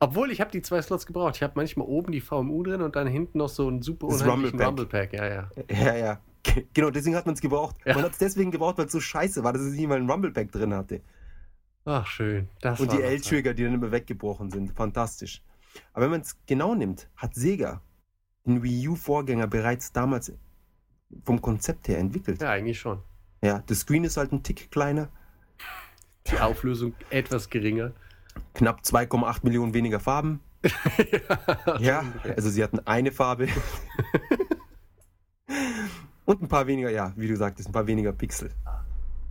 Obwohl, ich habe die zwei Slots gebraucht. Ich habe manchmal oben die VMU drin und dann hinten noch so einen super
Das
unheimlichen Rumble
Rumble-Pack.
Pack. Ja, ja.
ja, ja. Ge- Genau, deswegen hat man es gebraucht.
Ja.
Man hat es deswegen gebraucht, weil es so scheiße war, dass es nicht mal ein Rumble-Pack drin hatte.
Ach, schön. Das
Und
war
die
noch
L-Trigger, die dann immer weggebrochen sind. Fantastisch. Aber wenn man es genau nimmt, hat Sega den Wii U-Vorgänger bereits damals vom Konzept her entwickelt.
Ja, eigentlich schon.
Ja, das Screen ist halt ein Tick kleiner,
Die Auflösung etwas geringer.
knapp 2,8 Millionen weniger Farben. ja, also sie hatten eine Farbe. Und ein paar weniger, ja, wie du sagtest, ein paar weniger Pixel.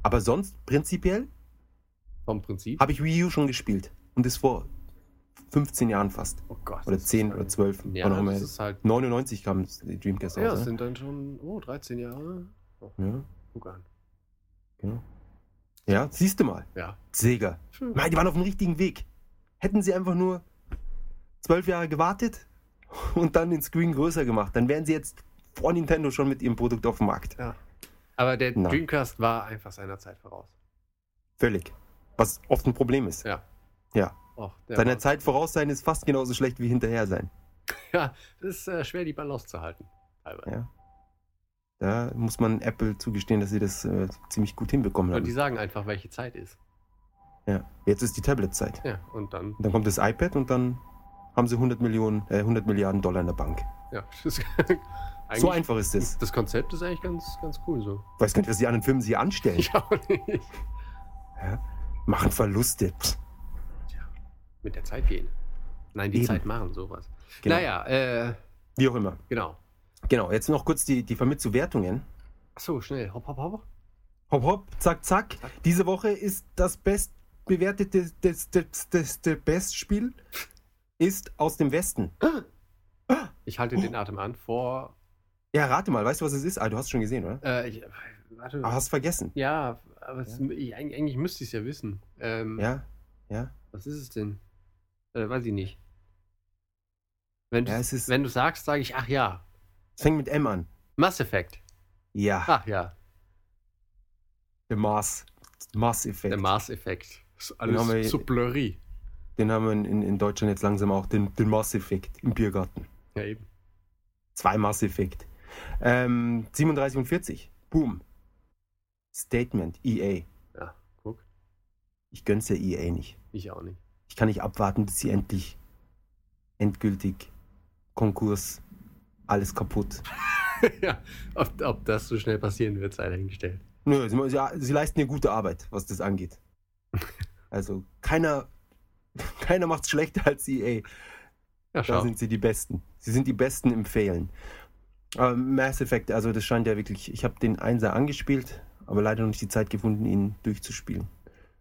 Aber sonst, prinzipiell,
Vom Prinzip.
habe ich Wii U schon gespielt. Und das vor 15 Jahren fast.
Oh Gott.
Oder
das ist
10
schon-
oder 12.
Ja,
wann auch immer.
das ist halt.
99 kam die Dreamcast
Ja,
raus.
es
ne?
sind dann schon, oh, 13 Jahre. Oh
Ja,
Guck an.
genau. Ja, siehst du mal.
Ja.
Sega.
Hm.
Nein, die waren auf dem richtigen Weg. Hätten sie einfach nur zwölf Jahre gewartet und dann den Screen größer gemacht, dann wären sie jetzt vor Nintendo schon mit ihrem Produkt auf dem Markt.
Aber der
Nein.
Dreamcast war einfach seiner Zeit voraus.
Völlig. Was oft ein Problem ist.
Ja.
Ja.
Och, der
Seiner
war-
Zeit voraus sein ist fast genauso schlecht wie hinterher sein.
Ja, es ist äh, schwer, die Balance zu halten. Teilweise.
Ja. Da muss man Apple zugestehen, dass sie das äh, ziemlich gut hinbekommen
Und die
haben.
sagen einfach, welche Zeit ist.
Ja. Jetzt ist die Tablet-Zeit.
Ja, und dann,
Und dann kommt das iPad und dann haben sie 100 Millionen, äh, 100 Milliarden Dollar in der Bank.
ja. Das ist
so
eigentlich-
einfach ist es.
Das Konzept ist eigentlich ganz, ganz cool so.
Ich weiß gar nicht, was die anderen Firmen sich anstellen.
Ich auch nicht.
Machen Verluste. Pst,
Mit der Zeit gehen. Nein, die
Eben.
Zeit machen sowas.
Genau.
Naja, äh,
Wie auch immer.
genau.
Genau, jetzt noch kurz die, die Vermitt zu Wertungen.
Achso, schnell. Hopp, hopp, hopp.
Hopp, hopp, zack, zack. Diese Woche ist das bestbewertete, das, das, das, das Bestspiel ist aus dem Westen.
Ich halte
Oh.
den Atem an vor.
Ja, rate mal, weißt du, was es ist? Ah, du hast schon gesehen, oder?
Äh, ich, warte.
Aber hast vergessen.
Ja, aber es, Ich, eigentlich, eigentlich müsste ich es ja wissen. Ähm,
Ja, ja.
Was ist es denn? Äh, weiß ich nicht. Wenn du
Ja, es ist-
wenn du sagst, sage ich, ach ja.
Es fängt mit M an.
Mass Effect.
Ja,
Ach Ah, ja,
der Mars. Mars-Effekt.
der Mass Effect. Ist
haben wir-
Alles Supplerie.
Den haben wir in- in, in Deutschland jetzt langsam auch, den, den Mass-Effekt im Biergarten.
Ja, eben.
Zwei Mass-Effekt. Ähm, 37 und 40. Boom. Statement, EA.
Ja, guck.
Ich gönn's ja EA nicht.
Ich auch nicht.
Ich kann nicht abwarten, bis sie endlich endgültig Konkurs, alles kaputt.
ja, ob, ob das so schnell passieren wird, sei dahingestellt.
Nö, sie, sie, sie leisten ja gute Arbeit, was das angeht. Also keiner, keiner macht's schlechter als E EA.
Ja,
Da
schau.
sind sie die Besten. Sie sind die Besten im Fehlen. Aber Mass Effect, also das scheint ja wirklich. Ich habe den Einser angespielt, aber leider noch nicht die Zeit gefunden, ihn durchzuspielen.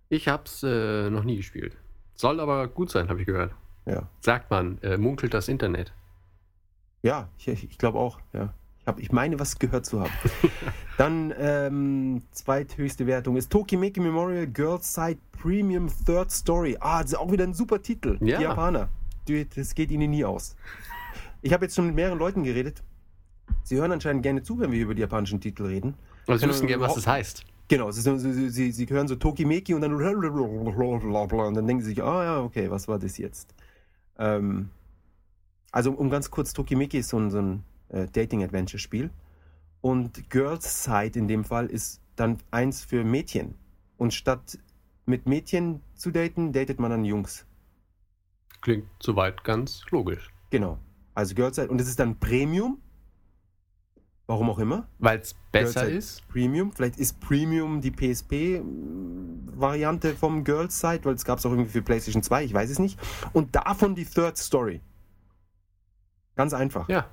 Ich hab's äh, noch nie gespielt. Soll aber gut sein, habe ich gehört.
Ja,
Sagt man, äh, munkelt das Internet.
ja ich, ich glaube auch. Ja. Ich, hab, ich meine, was gehört zu haben. Dann ähm, zweithöchste Wertung ist Tokimeki Memorial Girls Side Premium Third Story. Ah, das ist auch wieder ein super Titel.
Ja.
Die Japaner. Die, das geht ihnen nie aus. Ich habe jetzt schon mit mehreren Leuten geredet. Sie hören anscheinend gerne zu, wenn wir über die japanischen Titel reden.
Aber Sie
Äh,
wissen gerne, Also was das heißt.
Genau, sie, sie, sie- sie, sie hören so Tokimeki und dann und dann denken sie sich, ah ja, okay, was war das jetzt? Ähm, also um ganz kurz, Tokimeki ist so ein, so ein äh, Dating-Adventure-Spiel und Girls Side in dem Fall ist dann eins für Mädchen. Und statt mit Mädchen zu daten, datet man dann Jungs.
Klingt soweit ganz logisch.
Genau. Also Girls Side. Und es ist dann Premium. Warum auch immer.
Weil es besser
Girls Side
ist.
Premium. Vielleicht ist Premium die PSP-Variante vom Girls Side, weil es gab es auch irgendwie für PlayStation 2, ich weiß es nicht. Und davon die Third Story. Ganz einfach.
Ja.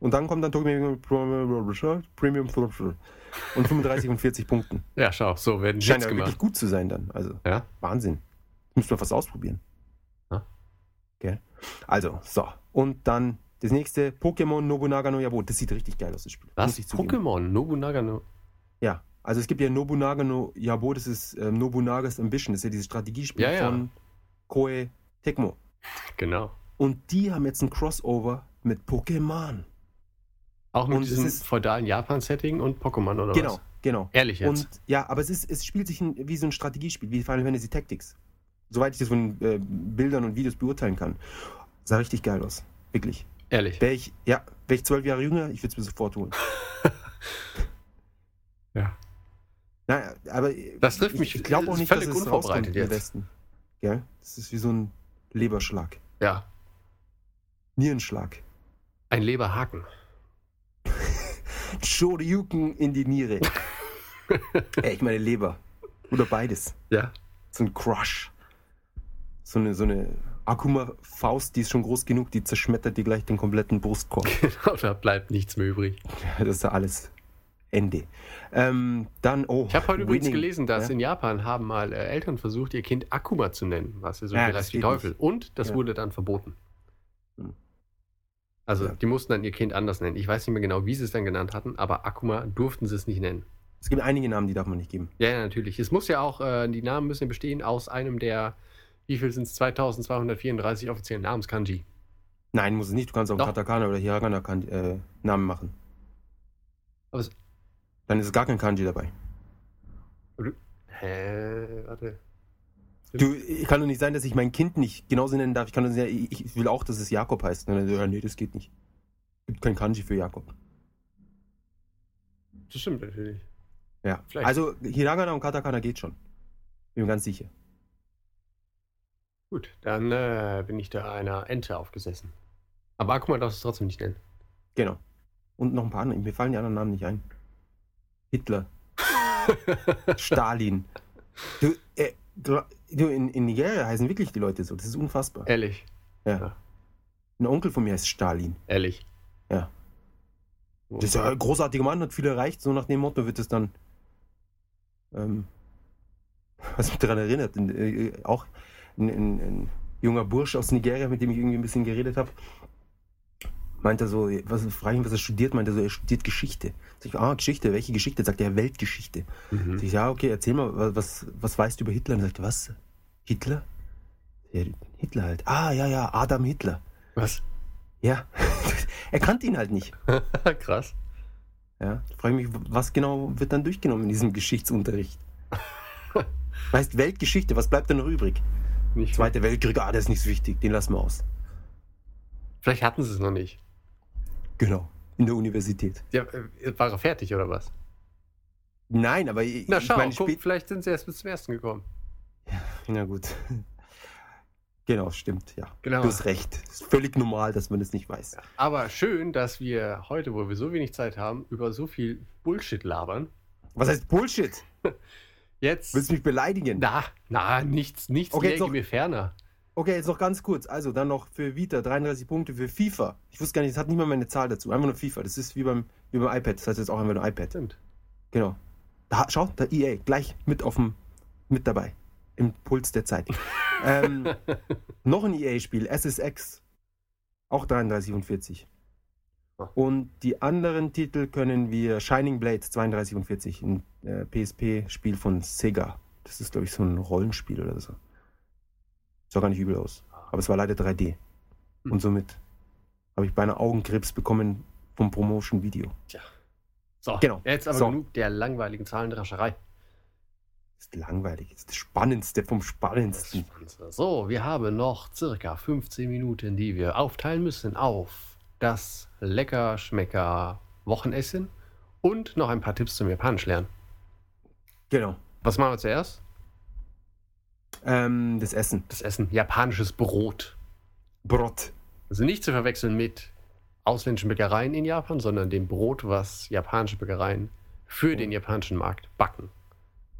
Und dann kommt dann Tokyo Premium und 35 und 40 Punkten.
Ja, schau, so werden
Scheint
Hits
ja
gemacht.
wirklich gut zu sein dann. Also
Ja.
Wahnsinn. Müssen wir was ausprobieren.
Ja.
Okay. Also, so. Und dann das nächste Pokémon Nobunaga no Yabo. Das sieht richtig geil aus, das Spiel.
Was?
Muss ich zugeben.
Pokémon, Nobunaga. No.
Ja, also es gibt ja Nobunaga no Yabo, das ist ähm, Nobunagas Ambition, das ist ja dieses Strategiespiel
Ja, ja.
von Koei Tecmo.
Genau.
Und die haben jetzt ein Crossover mit Pokémon.
Auch mit
Und es
diesem
ist-
feudalen Japan-Setting und Pokémon oder
Genau,
was?
genau.
Ehrlich jetzt.
Und ja, aber es ist, es spielt sich ein, wie so ein Strategiespiel, wie Final Fantasy Tactics. Soweit ich das von äh, Bildern und Videos beurteilen kann. Sah richtig geil aus. Wirklich.
Ehrlich.
Wäre ich, ja, wäre ich zwölf Jahre jünger, ich würde es mir sofort holen.
Ja.
Naja, aber
Das trifft mich
ich glaube auch nicht, dass
völlig
es
unvorbereitet
rauskommt im
jetzt.
Westen. Ja, das ist wie so ein Leberschlag.
Ja.
Nierenschlag.
Ein Leberhaken.
Shoryuken in die Niere. Ey, ich meine Leber. Oder beides.
Ja.
So ein Crush. So eine, so eine Akuma-Faust, die ist schon groß genug, die zerschmettert dir gleich den kompletten Brustkorb.
Genau, da bleibt nichts mehr übrig.
das ist ja alles Ende. Ähm, dann, oh.
Ich habe heute übrigens
Winning.
gelesen, dass
Ja.
in Japan haben mal äh, Eltern versucht, ihr Kind Akuma zu nennen, was ja so
Ja,
ja,
das
wie
geht
Teufel. Und das
Ja.
wurde dann verboten.
Hm.
Also,
Ja.
die mussten dann ihr Kind anders nennen. Ich weiß nicht mehr genau, wie sie es dann genannt hatten, aber Akuma durften sie es nicht nennen.
Es gibt einige Namen, die darf man nicht geben.
Ja, ja, natürlich. Es muss ja auch, äh, die Namen müssen ja bestehen aus einem der, wie viel sind es, 2234 offiziellen Namenskanji.
Nein, muss es nicht. Du kannst auch
Doch.
Katakana oder Hiragana kan äh, Namen machen.
Aber es-
Dann ist gar kein Kanji dabei.
Hä, warte.
Du, ich kann doch nicht sein, dass ich mein Kind nicht genauso nennen darf. Ich kann doch nicht sagen, ich ich will auch, dass es Jakob heißt. Und dann so, ja, nee, das geht nicht. Gibt kein Kanji für Jakob.
Das stimmt natürlich.
Ja.
Vielleicht.
Also Hiragana und Katakana geht schon. Bin mir ganz sicher.
Gut, dann äh, bin ich da einer Ente aufgesessen. Aber Akuma darfst du es trotzdem nicht nennen.
Genau. Und noch ein paar andere. Mir fallen die anderen Namen nicht ein. Hitler. Stalin. Du, äh, gl- du in, in Nigeria heißen wirklich die Leute so. Das ist unfassbar.
Ehrlich,
Ein Onkel von mir heißt Stalin.
ehrlich. Oh.
Ja. Das ist ja ein großartiger Mann, hat viel erreicht. So nach dem Motto wird es dann. Ähm, was mich daran erinnert, ein, äh, auch ein, ein, ein junger Bursch aus Nigeria, mit dem ich irgendwie ein bisschen geredet habe, meint er so, was, frag ihn, was er studiert, meint er so, er studiert Geschichte. Sag ich, ah, Geschichte, welche Geschichte? Sagt er, Weltgeschichte. Sag
Mhm.
ich, ja, okay, erzähl mal, wa- was, was weißt du über Hitler? Und er sagt, was? Hitler? Ja, Hitler halt. Ah, ja, ja, Adam Hitler.
Was?
Ja, er kannte ihn halt nicht.
Krass.
Ja, ich frage mich, was genau wird dann durchgenommen in diesem Geschichtsunterricht? Heißt Weltgeschichte, was bleibt denn noch übrig?
Nicht
Zweiter Weltkrieg, ah, das ist nicht so wichtig, den lassen wir aus.
Vielleicht hatten sie es noch nicht.
Genau, in der Universität.
Ja, äh, war er fertig oder was?
Nein, aber ich,
Na
ich
schau,
meine,
guck,
spät-
vielleicht sind sie erst bis zum ersten gekommen.
Na gut. Genau, stimmt, ja.
Genau.
Du hast recht. Ist völlig normal, dass man das nicht weiß.
Aber schön, dass wir heute, wo wir so wenig Zeit haben, über so viel Bullshit labern.
Was heißt Bullshit?
Jetzt.
Willst du mich beleidigen?
Na, na, nichts, nichts
Okay,
läge
jetzt noch-
mir ferner.
Okay, jetzt noch ganz kurz. Also, dann noch für Vita 33 Punkte für FIFA. Ich wusste gar nicht, es hat nicht mal meine Zahl dazu. Einfach nur FIFA. Das ist wie beim, wie beim iPad. Das heißt jetzt auch einfach nur iPad.
Stimmt.
Genau. Da, schau, da EA, E gleich mit auf dem, mit dabei. Im Puls der Zeit. ähm, noch ein E EA-Spiel, SSX. Auch 33 und 40. Und die anderen Titel können wir Shining Blade 32 und 40, ein äh, PSP-Spiel von Sega. Das ist, glaube ich, so ein Rollenspiel oder so. Sah gar nicht übel aus. Aber es war leider 3D.
Hm.
Und somit habe ich beinahe Augenkrebs bekommen vom Promotion-Video.
So,
Genau.
jetzt aber
So.
genug der langweiligen Zahlendrascherei.
ist langweilig. ist das Spannendste vom
Das ist
Spannendsten.
Spannend. So, wir haben noch circa 15 Minuten, die wir aufteilen müssen auf das Lecker-Schmecker-Wochenessen und noch ein paar Tipps zum Japanisch lernen.
Genau.
Was machen wir zuerst?
Ähm, das Essen.
Das Essen. Japanisches Brot.
Brot.
Also nicht zu verwechseln mit ausländischen Bäckereien in Japan, sondern dem Brot, was japanische Bäckereien für den japanischen Markt backen.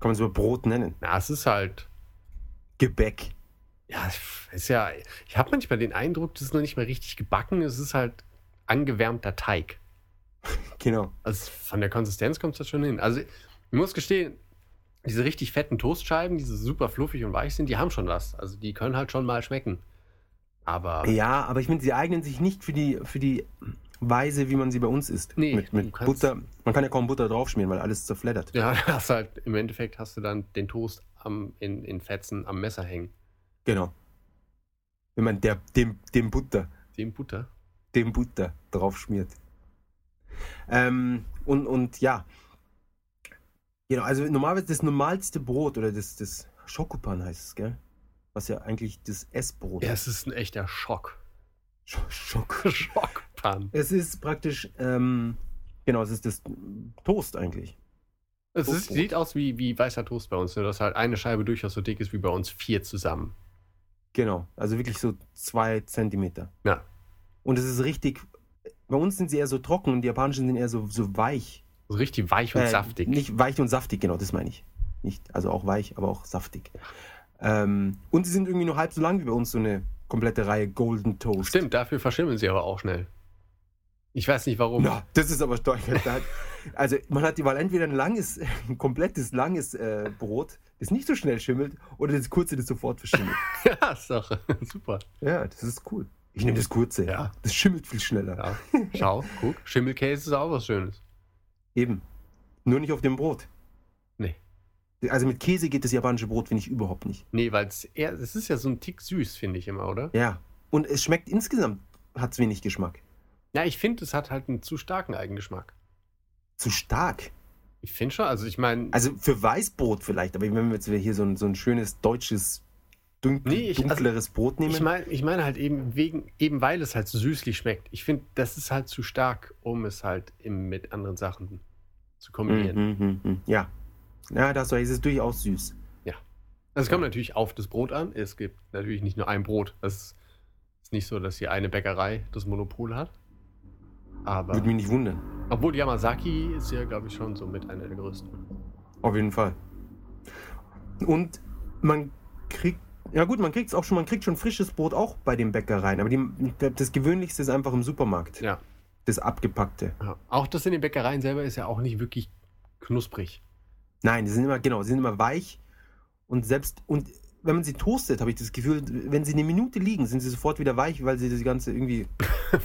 Kann man es über Brot nennen?
Na, es ist halt,
Gebäck.
ja, ist ja, ich habe manchmal den Eindruck, das ist noch nicht mal richtig gebacken, es ist halt angewärmter Teig.
Genau.
Also von der Konsistenz kommt es schon hin. Also ich muss gestehen, diese richtig fetten Toastscheiben, die so super fluffig und weich sind, die haben schon was. Also die können halt schon mal schmecken. Aber
Ja, aber ich meine, sie eignen sich nicht für die, für die Weise, wie man sie bei uns isst.
Nee,
mit
du
mit
kannst-
Butter. Man kann ja kaum Butter draufschmieren, weil alles zerfleddert.
ja, du hast halt, im Endeffekt hast du dann den Toast am, in, in Fetzen am Messer hängen.
Genau. Wenn man der, dem, dem Butter,
Dem Butter.
dem Butter draufschmiert. Ähm, und, und ja. Genau, also normalerweise das normalste Brot oder das, das Schokopan heißt es, gell? Was ja eigentlich das Essbrot
Ja,
ist.
es ist ein echter Schock.
Sch- Schoko.
Schockpan.
Es ist praktisch, ähm, genau, es ist das Toast eigentlich.
Es ist,
Toastbrot.
sieht aus wie, wie weißer Toast bei uns, nur dass halt eine Scheibe durchaus so dick ist wie bei uns vier zusammen.
Genau, also wirklich so zwei Zentimeter.
Ja.
Und es ist richtig, bei uns sind sie eher so trocken und die japanischen sind eher so, so weich.
So richtig weich und
Äh,
saftig.
Nicht weich und saftig, genau, das meine ich. Nicht, also auch weich, aber auch saftig. Ähm, und sie sind irgendwie nur halb so lang wie bei uns, so eine komplette Reihe Golden Toast.
Stimmt, dafür verschimmeln sie aber auch schnell. Ich weiß nicht warum.
Na, das ist aber stark. Da hat- Also man hat die Wahl entweder ein langes, ein komplettes langes äh, Brot, das nicht so schnell schimmelt, oder das kurze, das sofort verschimmelt.
Ja, ist doch super.
ja, das ist cool. Ich nehme das kurze.
Ja.
Das schimmelt viel schneller.
Ja. Schau, guck, Schimmelkäse ist auch was Schönes.
Eben. Nur nicht auf dem Brot.
Nee.
Also mit Käse geht das japanische Brot, finde ich, überhaupt nicht.
Nee, weil es eher, es ist ja so ein Tick süß, finde ich immer, oder?
Ja. Und es schmeckt insgesamt, hat es wenig Geschmack.
Ja, ich finde, es hat halt einen zu starken Eigengeschmack.
Zu stark.
Ich finde schon, also ich meine,
Also für Weißbrot vielleicht, aber wenn wir jetzt hier so ein, so ein schönes deutsches, dunk
Nee, ich- also-
dunkleres Brot nehmen.
ich meine ich meine halt eben wegen, eben weil es halt so süßlich schmeckt. Ich finde, das ist halt zu stark, um es halt im, mit anderen Sachen zu kombinieren.
Mhm, mhm, mhm. Ja. Ja, das war, es ist durchaus süß.
Also es kommt natürlich auf das Brot an. Es gibt natürlich nicht nur ein Brot. Es ist nicht so, dass hier eine Bäckerei das Monopol hat. Aber,
Würde mich nicht wundern.
obwohl Yamazaki ist ja, glaube ich, schon so mit einer der größten.
Auf jeden Fall. Und man kriegt, ja gut, man kriegt es auch schon, man kriegt schon frisches Brot auch bei den Bäckereien. Aber die, das Gewöhnlichste ist einfach im Supermarkt.
Ja.
Das Abgepackte.
Ja. Auch das in den Bäckereien selber ist ja auch nicht wirklich knusprig.
Nein, die sind immer, genau, die sind immer weich und selbst, und wenn man sie toastet, habe ich das Gefühl, wenn sie eine Minute liegen, sind sie sofort wieder weich, weil sie das Ganze irgendwie,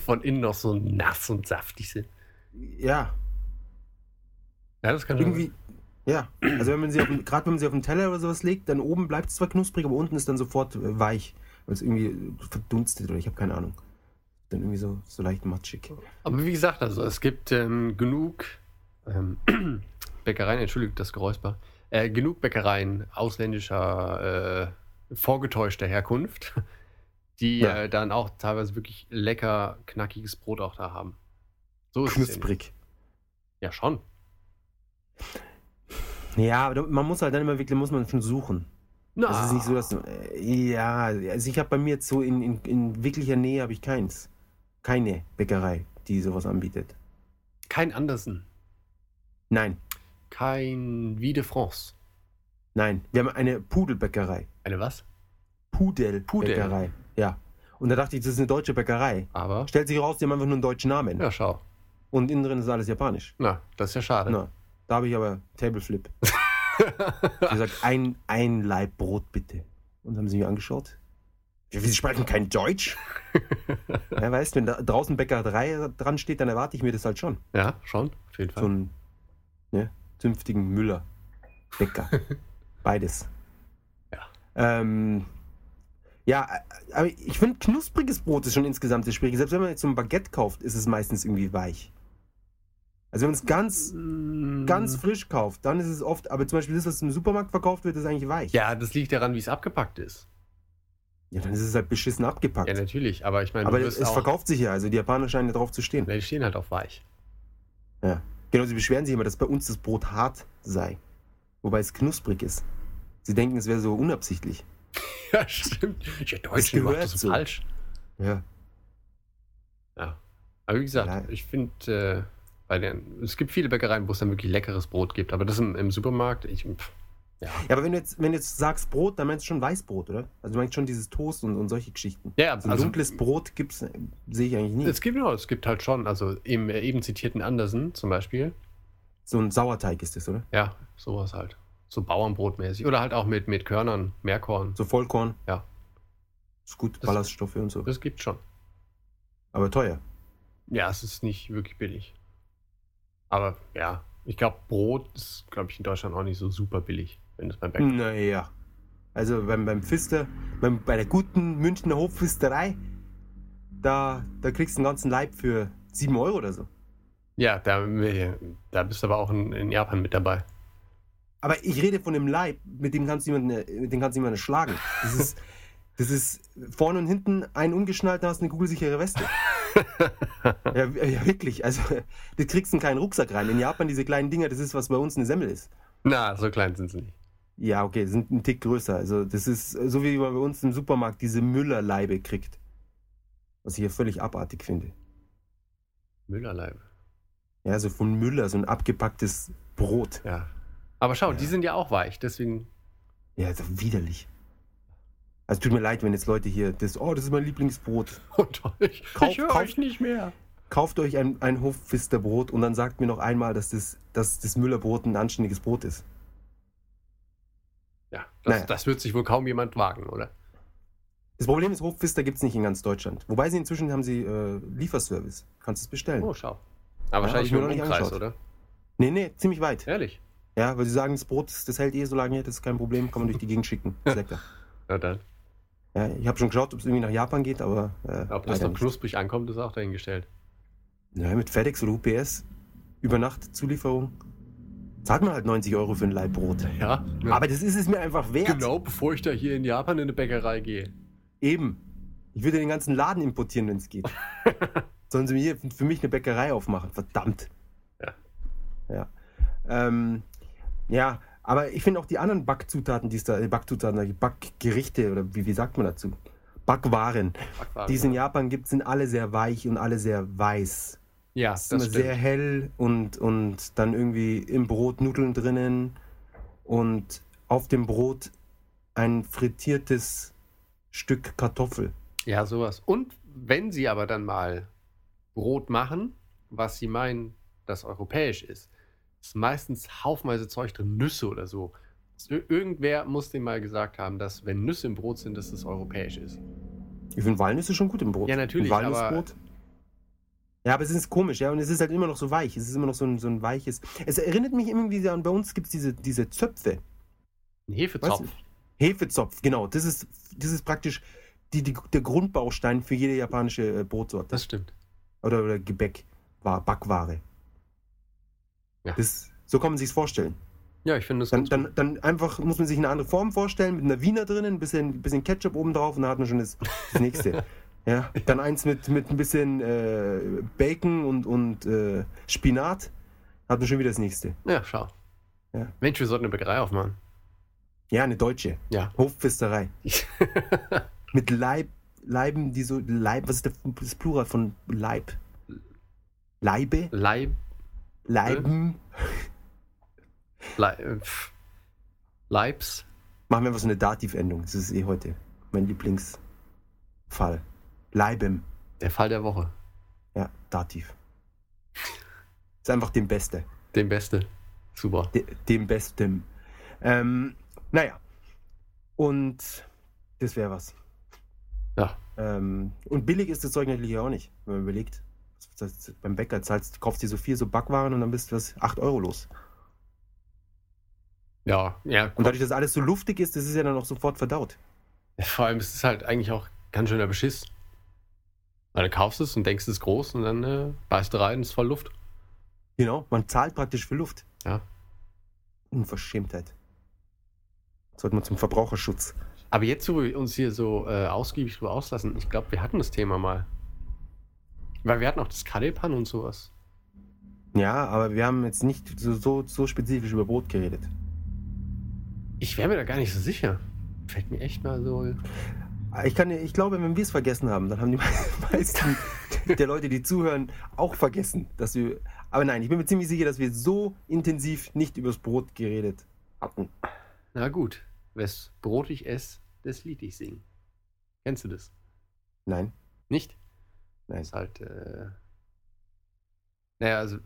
Von innen noch so nass und saftig sind.
ja,
Ja, das kann schon
irgendwie, ja. Also wenn man sie, auf den- gerade wenn man sie auf den Teller oder sowas legt, dann oben bleibt es zwar knusprig, aber unten ist dann sofort äh, weich, weil es irgendwie verdunstet oder ich habe keine Ahnung. Dann irgendwie so, so leicht matschig.
Aber wie gesagt, also es gibt ähm, genug ähm, Bäckereien, entschuldigt das Geräusper, äh, genug Bäckereien ausländischer, äh, vorgetäuschter Herkunft, die
Ja.
äh, dann auch teilweise wirklich lecker, knackiges Brot auch da haben. So ist es. ja nicht.
Knusprig.
Ja, schon.
Ja, aber da- man muss halt dann immer wirklich, muss man schon suchen.
Na,
Es ist nicht so, dass du, äh, ja, also ich habe bei mir jetzt so in, in, in wirklicher Nähe habe ich keins. Keine Bäckerei, die sowas anbietet.
kein Andersen,
Nein,
kein Vie de France.
nein. Wir haben eine Pudelbäckerei.
Eine was?
Pudelbäckerei. Ja. Und da dachte ich, das ist eine deutsche Bäckerei.
Aber,
Stellt sich raus, die haben einfach nur einen deutschen Namen.
ja, schau.
Und innen drin ist alles japanisch.
Na, das ist ja schade.
Na, da habe ich aber Tableflip. ich gesagt, ein, ein Laib Brot bitte. Und haben sie mich angeschaut. Ja, Sie sprechen kein Deutsch. ja, weißt du, wenn da draußen Bäckerei dran steht, dann erwarte ich mir das halt schon.
Ja, schon, auf jeden Fall.
So einen ne, zünftigen Müller. Bäcker. Beides.
Ja.
Ähm, ja, äh, aber ich finde, knuspriges Brot ist schon insgesamt das Schwierige. Selbst wenn man jetzt so ein Baguette kauft, ist es meistens irgendwie weich. Also wenn man es ganz,
Mm.
ganz frisch kauft, dann ist es oft, aber zum Beispiel das, was im Supermarkt verkauft wird, ist eigentlich weich.
Ja, das liegt daran, wie es abgepackt ist.
Ja, dann ist es halt beschissen abgepackt.
Ja, natürlich, aber ich meine,
aber
du
es
wirst
es
auch-
verkauft sich ja, also die Japaner scheinen ja drauf zu stehen.
Ja, die stehen halt auf weich.
Ja. Genau, sie beschweren sich immer, dass bei uns das Brot hart sei. Wobei es knusprig ist. Sie denken, es wäre so unabsichtlich.
Ja, stimmt. Ja,
Das
Deutschen macht
gehört
das so
so.
falsch.
Ja.
Ja. Aber wie gesagt,
Nein.
ich finde, äh, bei den- es gibt viele Bäckereien, wo es dann wirklich leckeres Brot gibt, aber das im, im Supermarkt, ich, pff,
Ja, aber wenn du jetzt, wenn du jetzt sagst Brot, dann meinst du schon Weißbrot, oder? Also du meinst schon dieses Toast und, und solche Geschichten.
ja,
Also
also,
dunkles Brot gibt's, äh, sehe ich eigentlich nie.
es gibt ja, es gibt halt schon, also im äh, eben zitierten Andersen zum Beispiel,
so ein Sauerteig ist das, oder?
ja, sowas halt, so Bauernbrotmäßig oder halt auch mit, mit Körnern, Meerkorn,
So Vollkorn.
Ja.
Ist gut,
Das-
Ballaststoffe und so.
das gibt schon.
Aber teuer.
Ja, es ist nicht wirklich billig. Aber ja, ich glaube, Brot ist, glaube ich, in Deutschland auch nicht so super billig, wenn es beim Bäcker
Naja. Also beim, beim Pfister, beim, bei der guten Münchner Hofpfisterei, da, da kriegst du einen ganzen Leib für 7 Euro oder so. Hm.
Ja, da, da bist du aber auch in, in Japan mit dabei.
Aber ich rede von dem Leib, mit dem kannst du jemanden, äh, mit dem kannst du jemanden schlagen. Das ist, das ist vorne und hinten ein umgeschnallt, dann hast du eine kugelsichere Weste. ja, w- ja, wirklich. Also, du kriegst einen kleinen Rucksack rein. In Japan diese kleinen Dinger, das ist, was bei uns eine Semmel ist.
Na, so klein sind sie nicht.
Ja, okay, sind ein Tick größer. Also, das ist äh, so wie man bei uns im Supermarkt diese Müllerleibe kriegt. Was ich ja völlig abartig finde.
Müllerleibe.
Ja, so von Müller, so ein abgepacktes Brot.
Ja. Aber schau,
Ja.
die sind ja auch weich, deswegen.
Ja, also widerlich. Also tut mir leid, wenn jetzt Leute hier das, oh, das ist mein Lieblingsbrot.
Und Oh, ich,
Kauf-
ich höre
kauf-
euch nicht mehr.
Kauft euch ein, ein Hofpfisterbrot und dann sagt mir noch einmal, dass das, dass das Müllerbrot ein anständiges Brot ist.
Ja, das,
Naja.
das wird sich wohl kaum jemand wagen, oder?
Das Problem ist, Hofpfister gibt es nicht in ganz Deutschland. Wobei sie inzwischen haben sie äh, Lieferservice. Kannst du es bestellen.
Oh, schau. Aber
Ja, hab
wahrscheinlich
ich mir
nur im
noch nicht
Umkreis,
angeschaut.
oder?
Nee, nee, ziemlich weit.
Ehrlich.
Ja, weil sie sagen, das Brot, das hält eh so lange hier, das ist kein Problem, kann man durch die Gegend schicken. Ist lecker.
Na dann.
Ja, ich habe schon geschaut, ob es irgendwie nach Japan geht, aber. Äh,
Ob das
leider
noch
nicht.
knusprig ankommt, ist auch dahingestellt.
Ja, mit FedEx oder UPS, über Nacht Zulieferung, zahlt man halt 90 Euro für ein Leibbrot.
Ja.
Aber das ist es mir einfach wert.
genau, bevor ich da hier in Japan in eine Bäckerei gehe.
Eben. Ich würde den ganzen Laden importieren, wenn es geht. Sollen sie mir hier für mich eine Bäckerei aufmachen? Verdammt.
Ja.
Ja. Ähm, ja, aber ich finde auch die anderen Backzutaten, die es da, äh, Backzutaten, sag ich, Backgerichte oder wie, wie sagt man dazu? Backwaren,
Backwaren.
die es in Japan gibt, sind alle sehr weich und alle sehr weiß.
ja, das
Es ist immer
stimmt.
sehr hell und, und dann irgendwie im Brot Nudeln drinnen und auf dem Brot ein frittiertes Stück Kartoffel.
Ja, sowas. Und wenn sie aber dann mal Brot machen, was sie meinen, das europäisch ist, ist meistens haufenweise Zeug drin, Nüsse oder so. Ist ir- Irgendwer muss dem mal gesagt haben, dass wenn Nüsse im Brot sind, dass das europäisch ist.
Ich finde Walnüsse schon gut im Brot.
Ja, natürlich,
Ein Walnussbrot. ja, aber es ist komisch, ja, und es ist halt immer noch so weich. Es ist immer noch so ein, so ein weiches. Es erinnert mich irgendwie an, bei uns gibt es diese, diese Zöpfe.
Ein Hefezopf.
Weißt Hefezopf, genau. Das ist, das ist praktisch die, die, der Grundbaustein für jede japanische äh, Brotsorte.
Das stimmt.
Oder, oder Gebäck, war, Backware.
Ja.
Das, so kann man sich's vorstellen.
Ja, ich finde das
Dann,
ganz
dann, dann einfach muss man sich eine andere Form vorstellen, mit einer Wiener drinnen, ein bisschen, bisschen Ketchup oben drauf und dann hat man schon das, das nächste. ja, dann eins mit, mit ein bisschen äh, Bacon und, und äh, Spinat, hat man schon wieder das nächste.
gut. Ja, schau.
Ja.
Mensch, wir sollten eine Bäckerei aufmachen.
Ja, eine deutsche.
Ja.
Hofpfisterei. Mit Leib, Leiben, die so, Leib, was ist der, das Plural von Leib? Leibe?
Leib,
Leiben?
Leib, äh, pff. Leibs.
Machen wir einfach so eine Dativendung. Das ist eh heute mein Lieblingsfall. Leibem.
Der Fall der Woche.
Ja, Dativ. Ist einfach dem Beste.
Dem Beste. Super.
De, dem Bestem. Ähm, naja. Und das wäre was.
Ja.
Ähm, und billig ist das Zeug natürlich auch nicht, wenn man überlegt. Das heißt, beim Bäcker zahlst, kaufst du dir so viel so Backwaren und dann bist du was 8 Euro los.
Ja, ja,
Und dadurch, dass alles so luftig ist, das ist ja dann auch sofort verdaut.
Vor allem ist es halt eigentlich auch ganz schöner Beschiss. Weil du kaufst es und denkst, es ist groß und dann äh, beißt du rein und es ist voll Luft.
Genau, man zahlt praktisch für Luft.
Ja.
Unverschämtheit. Sollte man zum Verbraucherschutz.
Aber jetzt, wo wir uns hier so äh, ausgiebig drüber auslassen, ich glaube, wir hatten das Thema mal. Weil wir hatten auch das Kadepan und sowas.
Ja, aber wir haben jetzt nicht so, so, so spezifisch über Brot geredet.
Ich wäre mir da gar nicht so sicher. Fällt mir echt mal so.
Ich, kann, ich glaube, wenn wir es vergessen haben, dann haben die meisten der Leute, die zuhören, auch vergessen, dass wir. Aber nein, ich bin mir ziemlich sicher, dass wir so intensiv nicht übers Brot geredet hatten.
Na gut, wes Brot ich ess, das Lied ich sing. Kennst du das?
Nein,
Nicht?
nein.
ist halt, äh, naja, also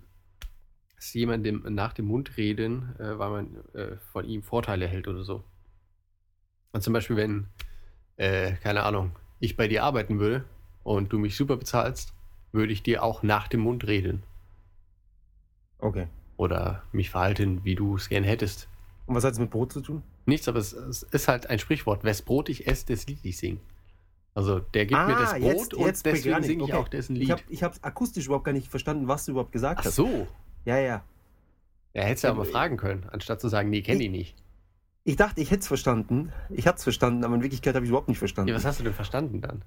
ist jemandem nach dem Mund reden, äh, weil man äh, von ihm Vorteile erhält oder so. Und zum Beispiel, wenn, äh, keine Ahnung, ich bei dir arbeiten würde und du mich super bezahlst, würde ich dir auch nach dem Mund reden
Okay.
oder mich verhalten, wie du es gern hättest.
Und was hat es mit Brot zu tun?
Nichts, aber es, es ist halt ein Sprichwort. Wes Brot ich esse, des Lied ich sing. Also der gibt mir
Ah,
das Brot
jetzt-
und
jetzt
deswegen
begreife ich.
singe ich
Okay.
auch dessen
Ich
Lied.
habe ich hab's akustisch überhaupt gar nicht verstanden, was du überhaupt gesagt
Ach
hast.
so.
Ja, ja.
Ja, hättest du ja mal fragen können, anstatt zu sagen, nee, kenn die nicht.
Ich dachte, ich hätte es verstanden. Ich hatte es verstanden, aber in Wirklichkeit habe ich überhaupt nicht verstanden.
Ja, was hast du denn verstanden dann?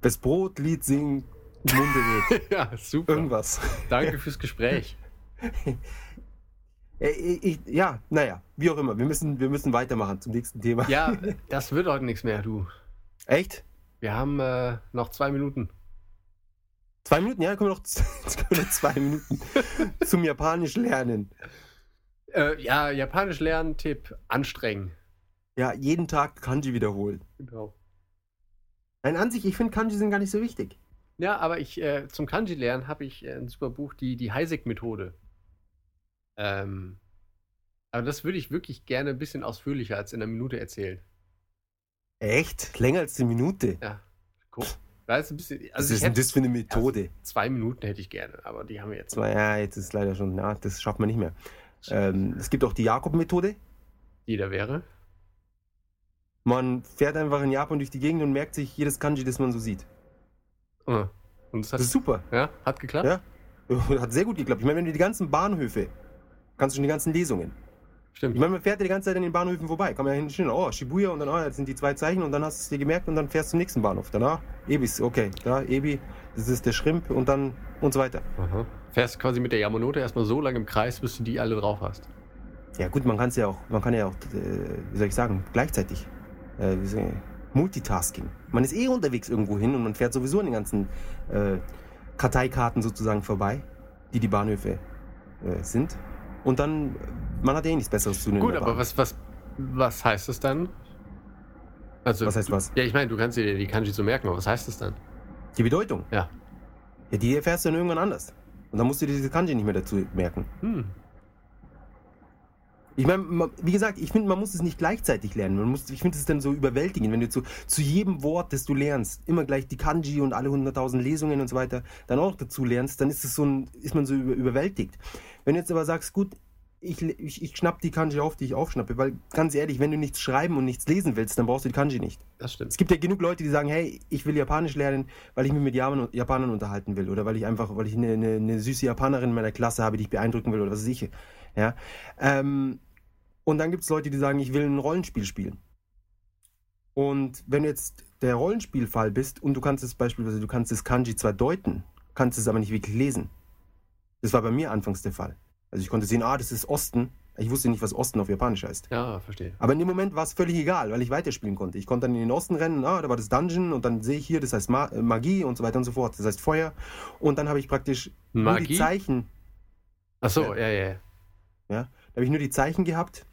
das Brot, Lied, Singen, Munde geht.
ja, super.
Irgendwas.
Danke fürs Gespräch.
Äh, Ich, ich, ja, naja, wie auch immer. Wir müssen, wir müssen weitermachen zum nächsten Thema.
Ja, das wird heute nichts mehr, du.
Echt?
Wir haben äh, noch zwei Minuten.
Zwei Minuten? Ja, können wir noch, jetzt können wir noch zwei Minuten zum Japanisch lernen.
Äh, ja, Japanisch lernen, Tipp, anstrengen.
Ja, jeden Tag Kanji wiederholen.
Genau.
Nein, an sich, ich finde Kanji sind gar nicht so wichtig.
Ja, aber ich, äh, zum Kanji lernen habe ich äh, ein super Buch, die, die Heisek-Methode. Ähm, aber das würde ich wirklich gerne ein bisschen ausführlicher als in einer Minute erzählen.
Echt? Länger als eine Minute?
Ja, guck. Da ist ein bisschen.
Was
Also ich
ist denn
hätte,
das für eine Methode?
zwei Minuten hätte ich gerne, aber die haben wir jetzt.
Zwei, ja, jetzt ist leider schon, na, das schafft man nicht mehr. Ähm, es gibt auch die Jakob-Methode.
Jeder wäre.
Man fährt einfach in Japan durch die Gegend und merkt sich jedes Kanji, das man so sieht.
Ah, Und es hat,
Das ist super.
ja, hat geklappt?
Ja. Hat sehr gut geklappt. Ich meine, wenn du die ganzen Bahnhöfe, kannst du schon die ganzen Lesungen. Ich
Stimmt.
meine, man fährt ja die ganze Zeit an den Bahnhöfen vorbei. Kann man ja hinten stehen, oh, Shibuya und dann, oh, jetzt sind die zwei Zeichen und dann hast du es dir gemerkt und dann fährst du zum nächsten Bahnhof. Danach Ebis, okay, da Ebi, das ist der Schrimp und dann und so weiter.
Aha. Fährst quasi mit der Yamanote erstmal so lange im Kreis, bis du die alle drauf hast.
Ja gut, man kann es ja auch, man kann ja auch, äh, wie soll ich sagen, gleichzeitig. Äh, wie soll ich, Multitasking. Man ist eh unterwegs irgendwo hin und man fährt sowieso an den ganzen äh, Karteikarten sozusagen vorbei, die die Bahnhöfe äh, sind. Und dann, man hat ja eh nichts Besseres zu tun. in
Gut,
der
aber
Bahn.
was, was, was heißt das dann? Also,
Was heißt was?
ja, ich meine, du kannst dir die Kanji so merken, aber was heißt das dann?
Die Bedeutung.
Ja.
Ja, die erfährst du dann irgendwann anders. Und dann musst du dir diese Kanji nicht mehr dazu merken.
Hm.
Ich meine, ma- wie gesagt, ich finde, man muss es nicht gleichzeitig lernen. Man muss, ich finde es dann so überwältigend, wenn du zu, zu jedem Wort, das du lernst, immer gleich die Kanji und alle 100.000 Lesungen und so weiter dann auch dazu lernst, dann ist es so ein, ist man so über, überwältigt. Wenn du jetzt aber sagst, gut, ich, le- ich, ich schnapp die Kanji auf, die ich aufschnappe, weil ganz ehrlich, wenn du nichts schreiben und nichts lesen willst, dann brauchst du die Kanji nicht.
Das stimmt.
Es gibt ja genug Leute, die sagen, hey, ich will Japanisch lernen, weil ich mich mit Japan- Japanern unterhalten will oder weil ich einfach, weil ich eine, eine, eine süße Japanerin in meiner Klasse habe, die ich beeindrucken will oder was weiß ich. Ja? Ähm, und dann gibt es Leute, die sagen, ich will ein Rollenspiel spielen. Und wenn du jetzt der Rollenspielfall bist und du kannst es beispielsweise, du kannst das Kanji zwar deuten, kannst es aber nicht wirklich lesen. Das war bei mir anfangs der Fall. Also ich konnte sehen, ah, das ist Osten. Ich wusste nicht, was Osten auf Japanisch heißt.
Ja, verstehe.
Aber in dem Moment war es völlig egal, weil ich weiterspielen konnte. Ich konnte dann in den Osten rennen, ah, da war das Dungeon und dann sehe ich hier, das heißt Ma äh, Magie und so weiter und so fort. Das heißt Feuer. Und dann habe ich praktisch nur die
Magie?
Zeichen,
Achso, ja, ja, ja.
da habe ich nur die Zeichen gehabt.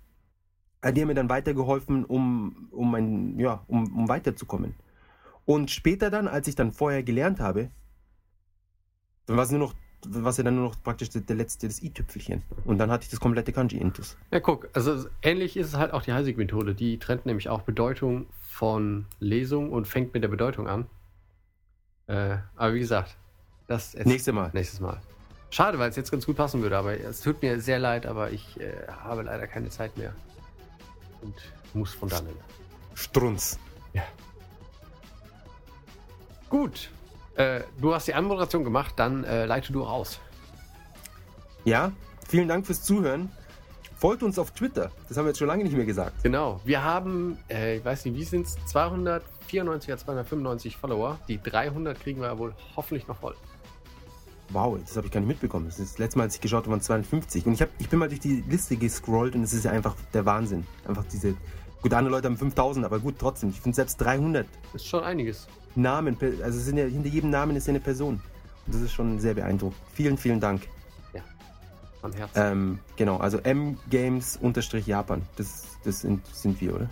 Äh, Die haben mir dann weitergeholfen, um, um, ein, ja, um, um weiterzukommen. Und später dann, als ich dann vorher gelernt habe, dann war es nur noch, war es ja dann nur noch praktisch der, der letzte, das i-Tüpfelchen. Und dann hatte ich das komplette Kanji-Intus.
Ja, guck, also ähnlich ist es halt auch die Heisig-Methode. Die trennt nämlich auch Bedeutung von Lesung und fängt mit der Bedeutung an. Äh, aber wie gesagt, das erzähl-
Nächstes Mal.
nächstes Mal. Schade, weil es jetzt ganz gut passen würde, aber es tut mir sehr leid, aber ich äh, habe leider keine Zeit mehr. Und muss von dannen.
Strunz.
Gut. Äh, du hast die Anmoderation gemacht, dann äh, leite du raus.
Ja, vielen Dank fürs Zuhören. Folgt uns auf Twitter. Das haben wir jetzt schon lange nicht mehr gesagt.
Genau. Wir haben, äh, ich weiß nicht, wie sind es? 294 oder 295 Follower. Die 300 kriegen wir ja wohl hoffentlich noch voll.
Wow, das habe ich gar nicht mitbekommen. Das, ist das letzte Mal, als ich geschaut habe, waren es 52. Und ich, hab, ich bin mal durch die Liste gescrollt und es ist ja einfach der Wahnsinn. Einfach diese Gut, andere Leute haben 5000, aber gut, trotzdem. Ich finde selbst 300
Ist schon einiges.
Namen, per- also es sind ja, hinter jedem Namen ist ja eine Person. Und das ist schon sehr beeindruckend. Vielen, vielen Dank.
Am Herzen.
Ähm, genau, also mgames-japan. Das, das sind, sind wir, oder?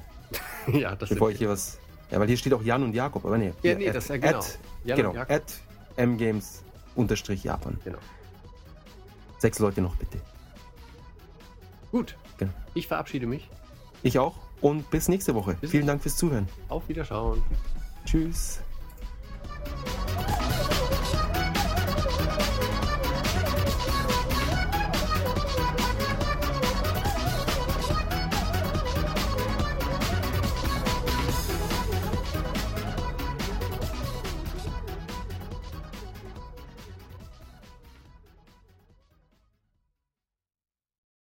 ja, das
Bevor
sind
ich hier was. Ja, weil hier steht auch Jan und Jakob, aber nee.
Ja,
hier
nee,
at-
das ist ja genau.
At,
Jan und
genau,
Jakob.
at mgames-japan.
Genau.
Sechs Leute noch, bitte.
Gut.
Genau.
Ich verabschiede mich.
Ich auch und bis nächste Woche.
Bis-
vielen Dank fürs Zuhören.
Auf Wiederschauen.
Tschüss.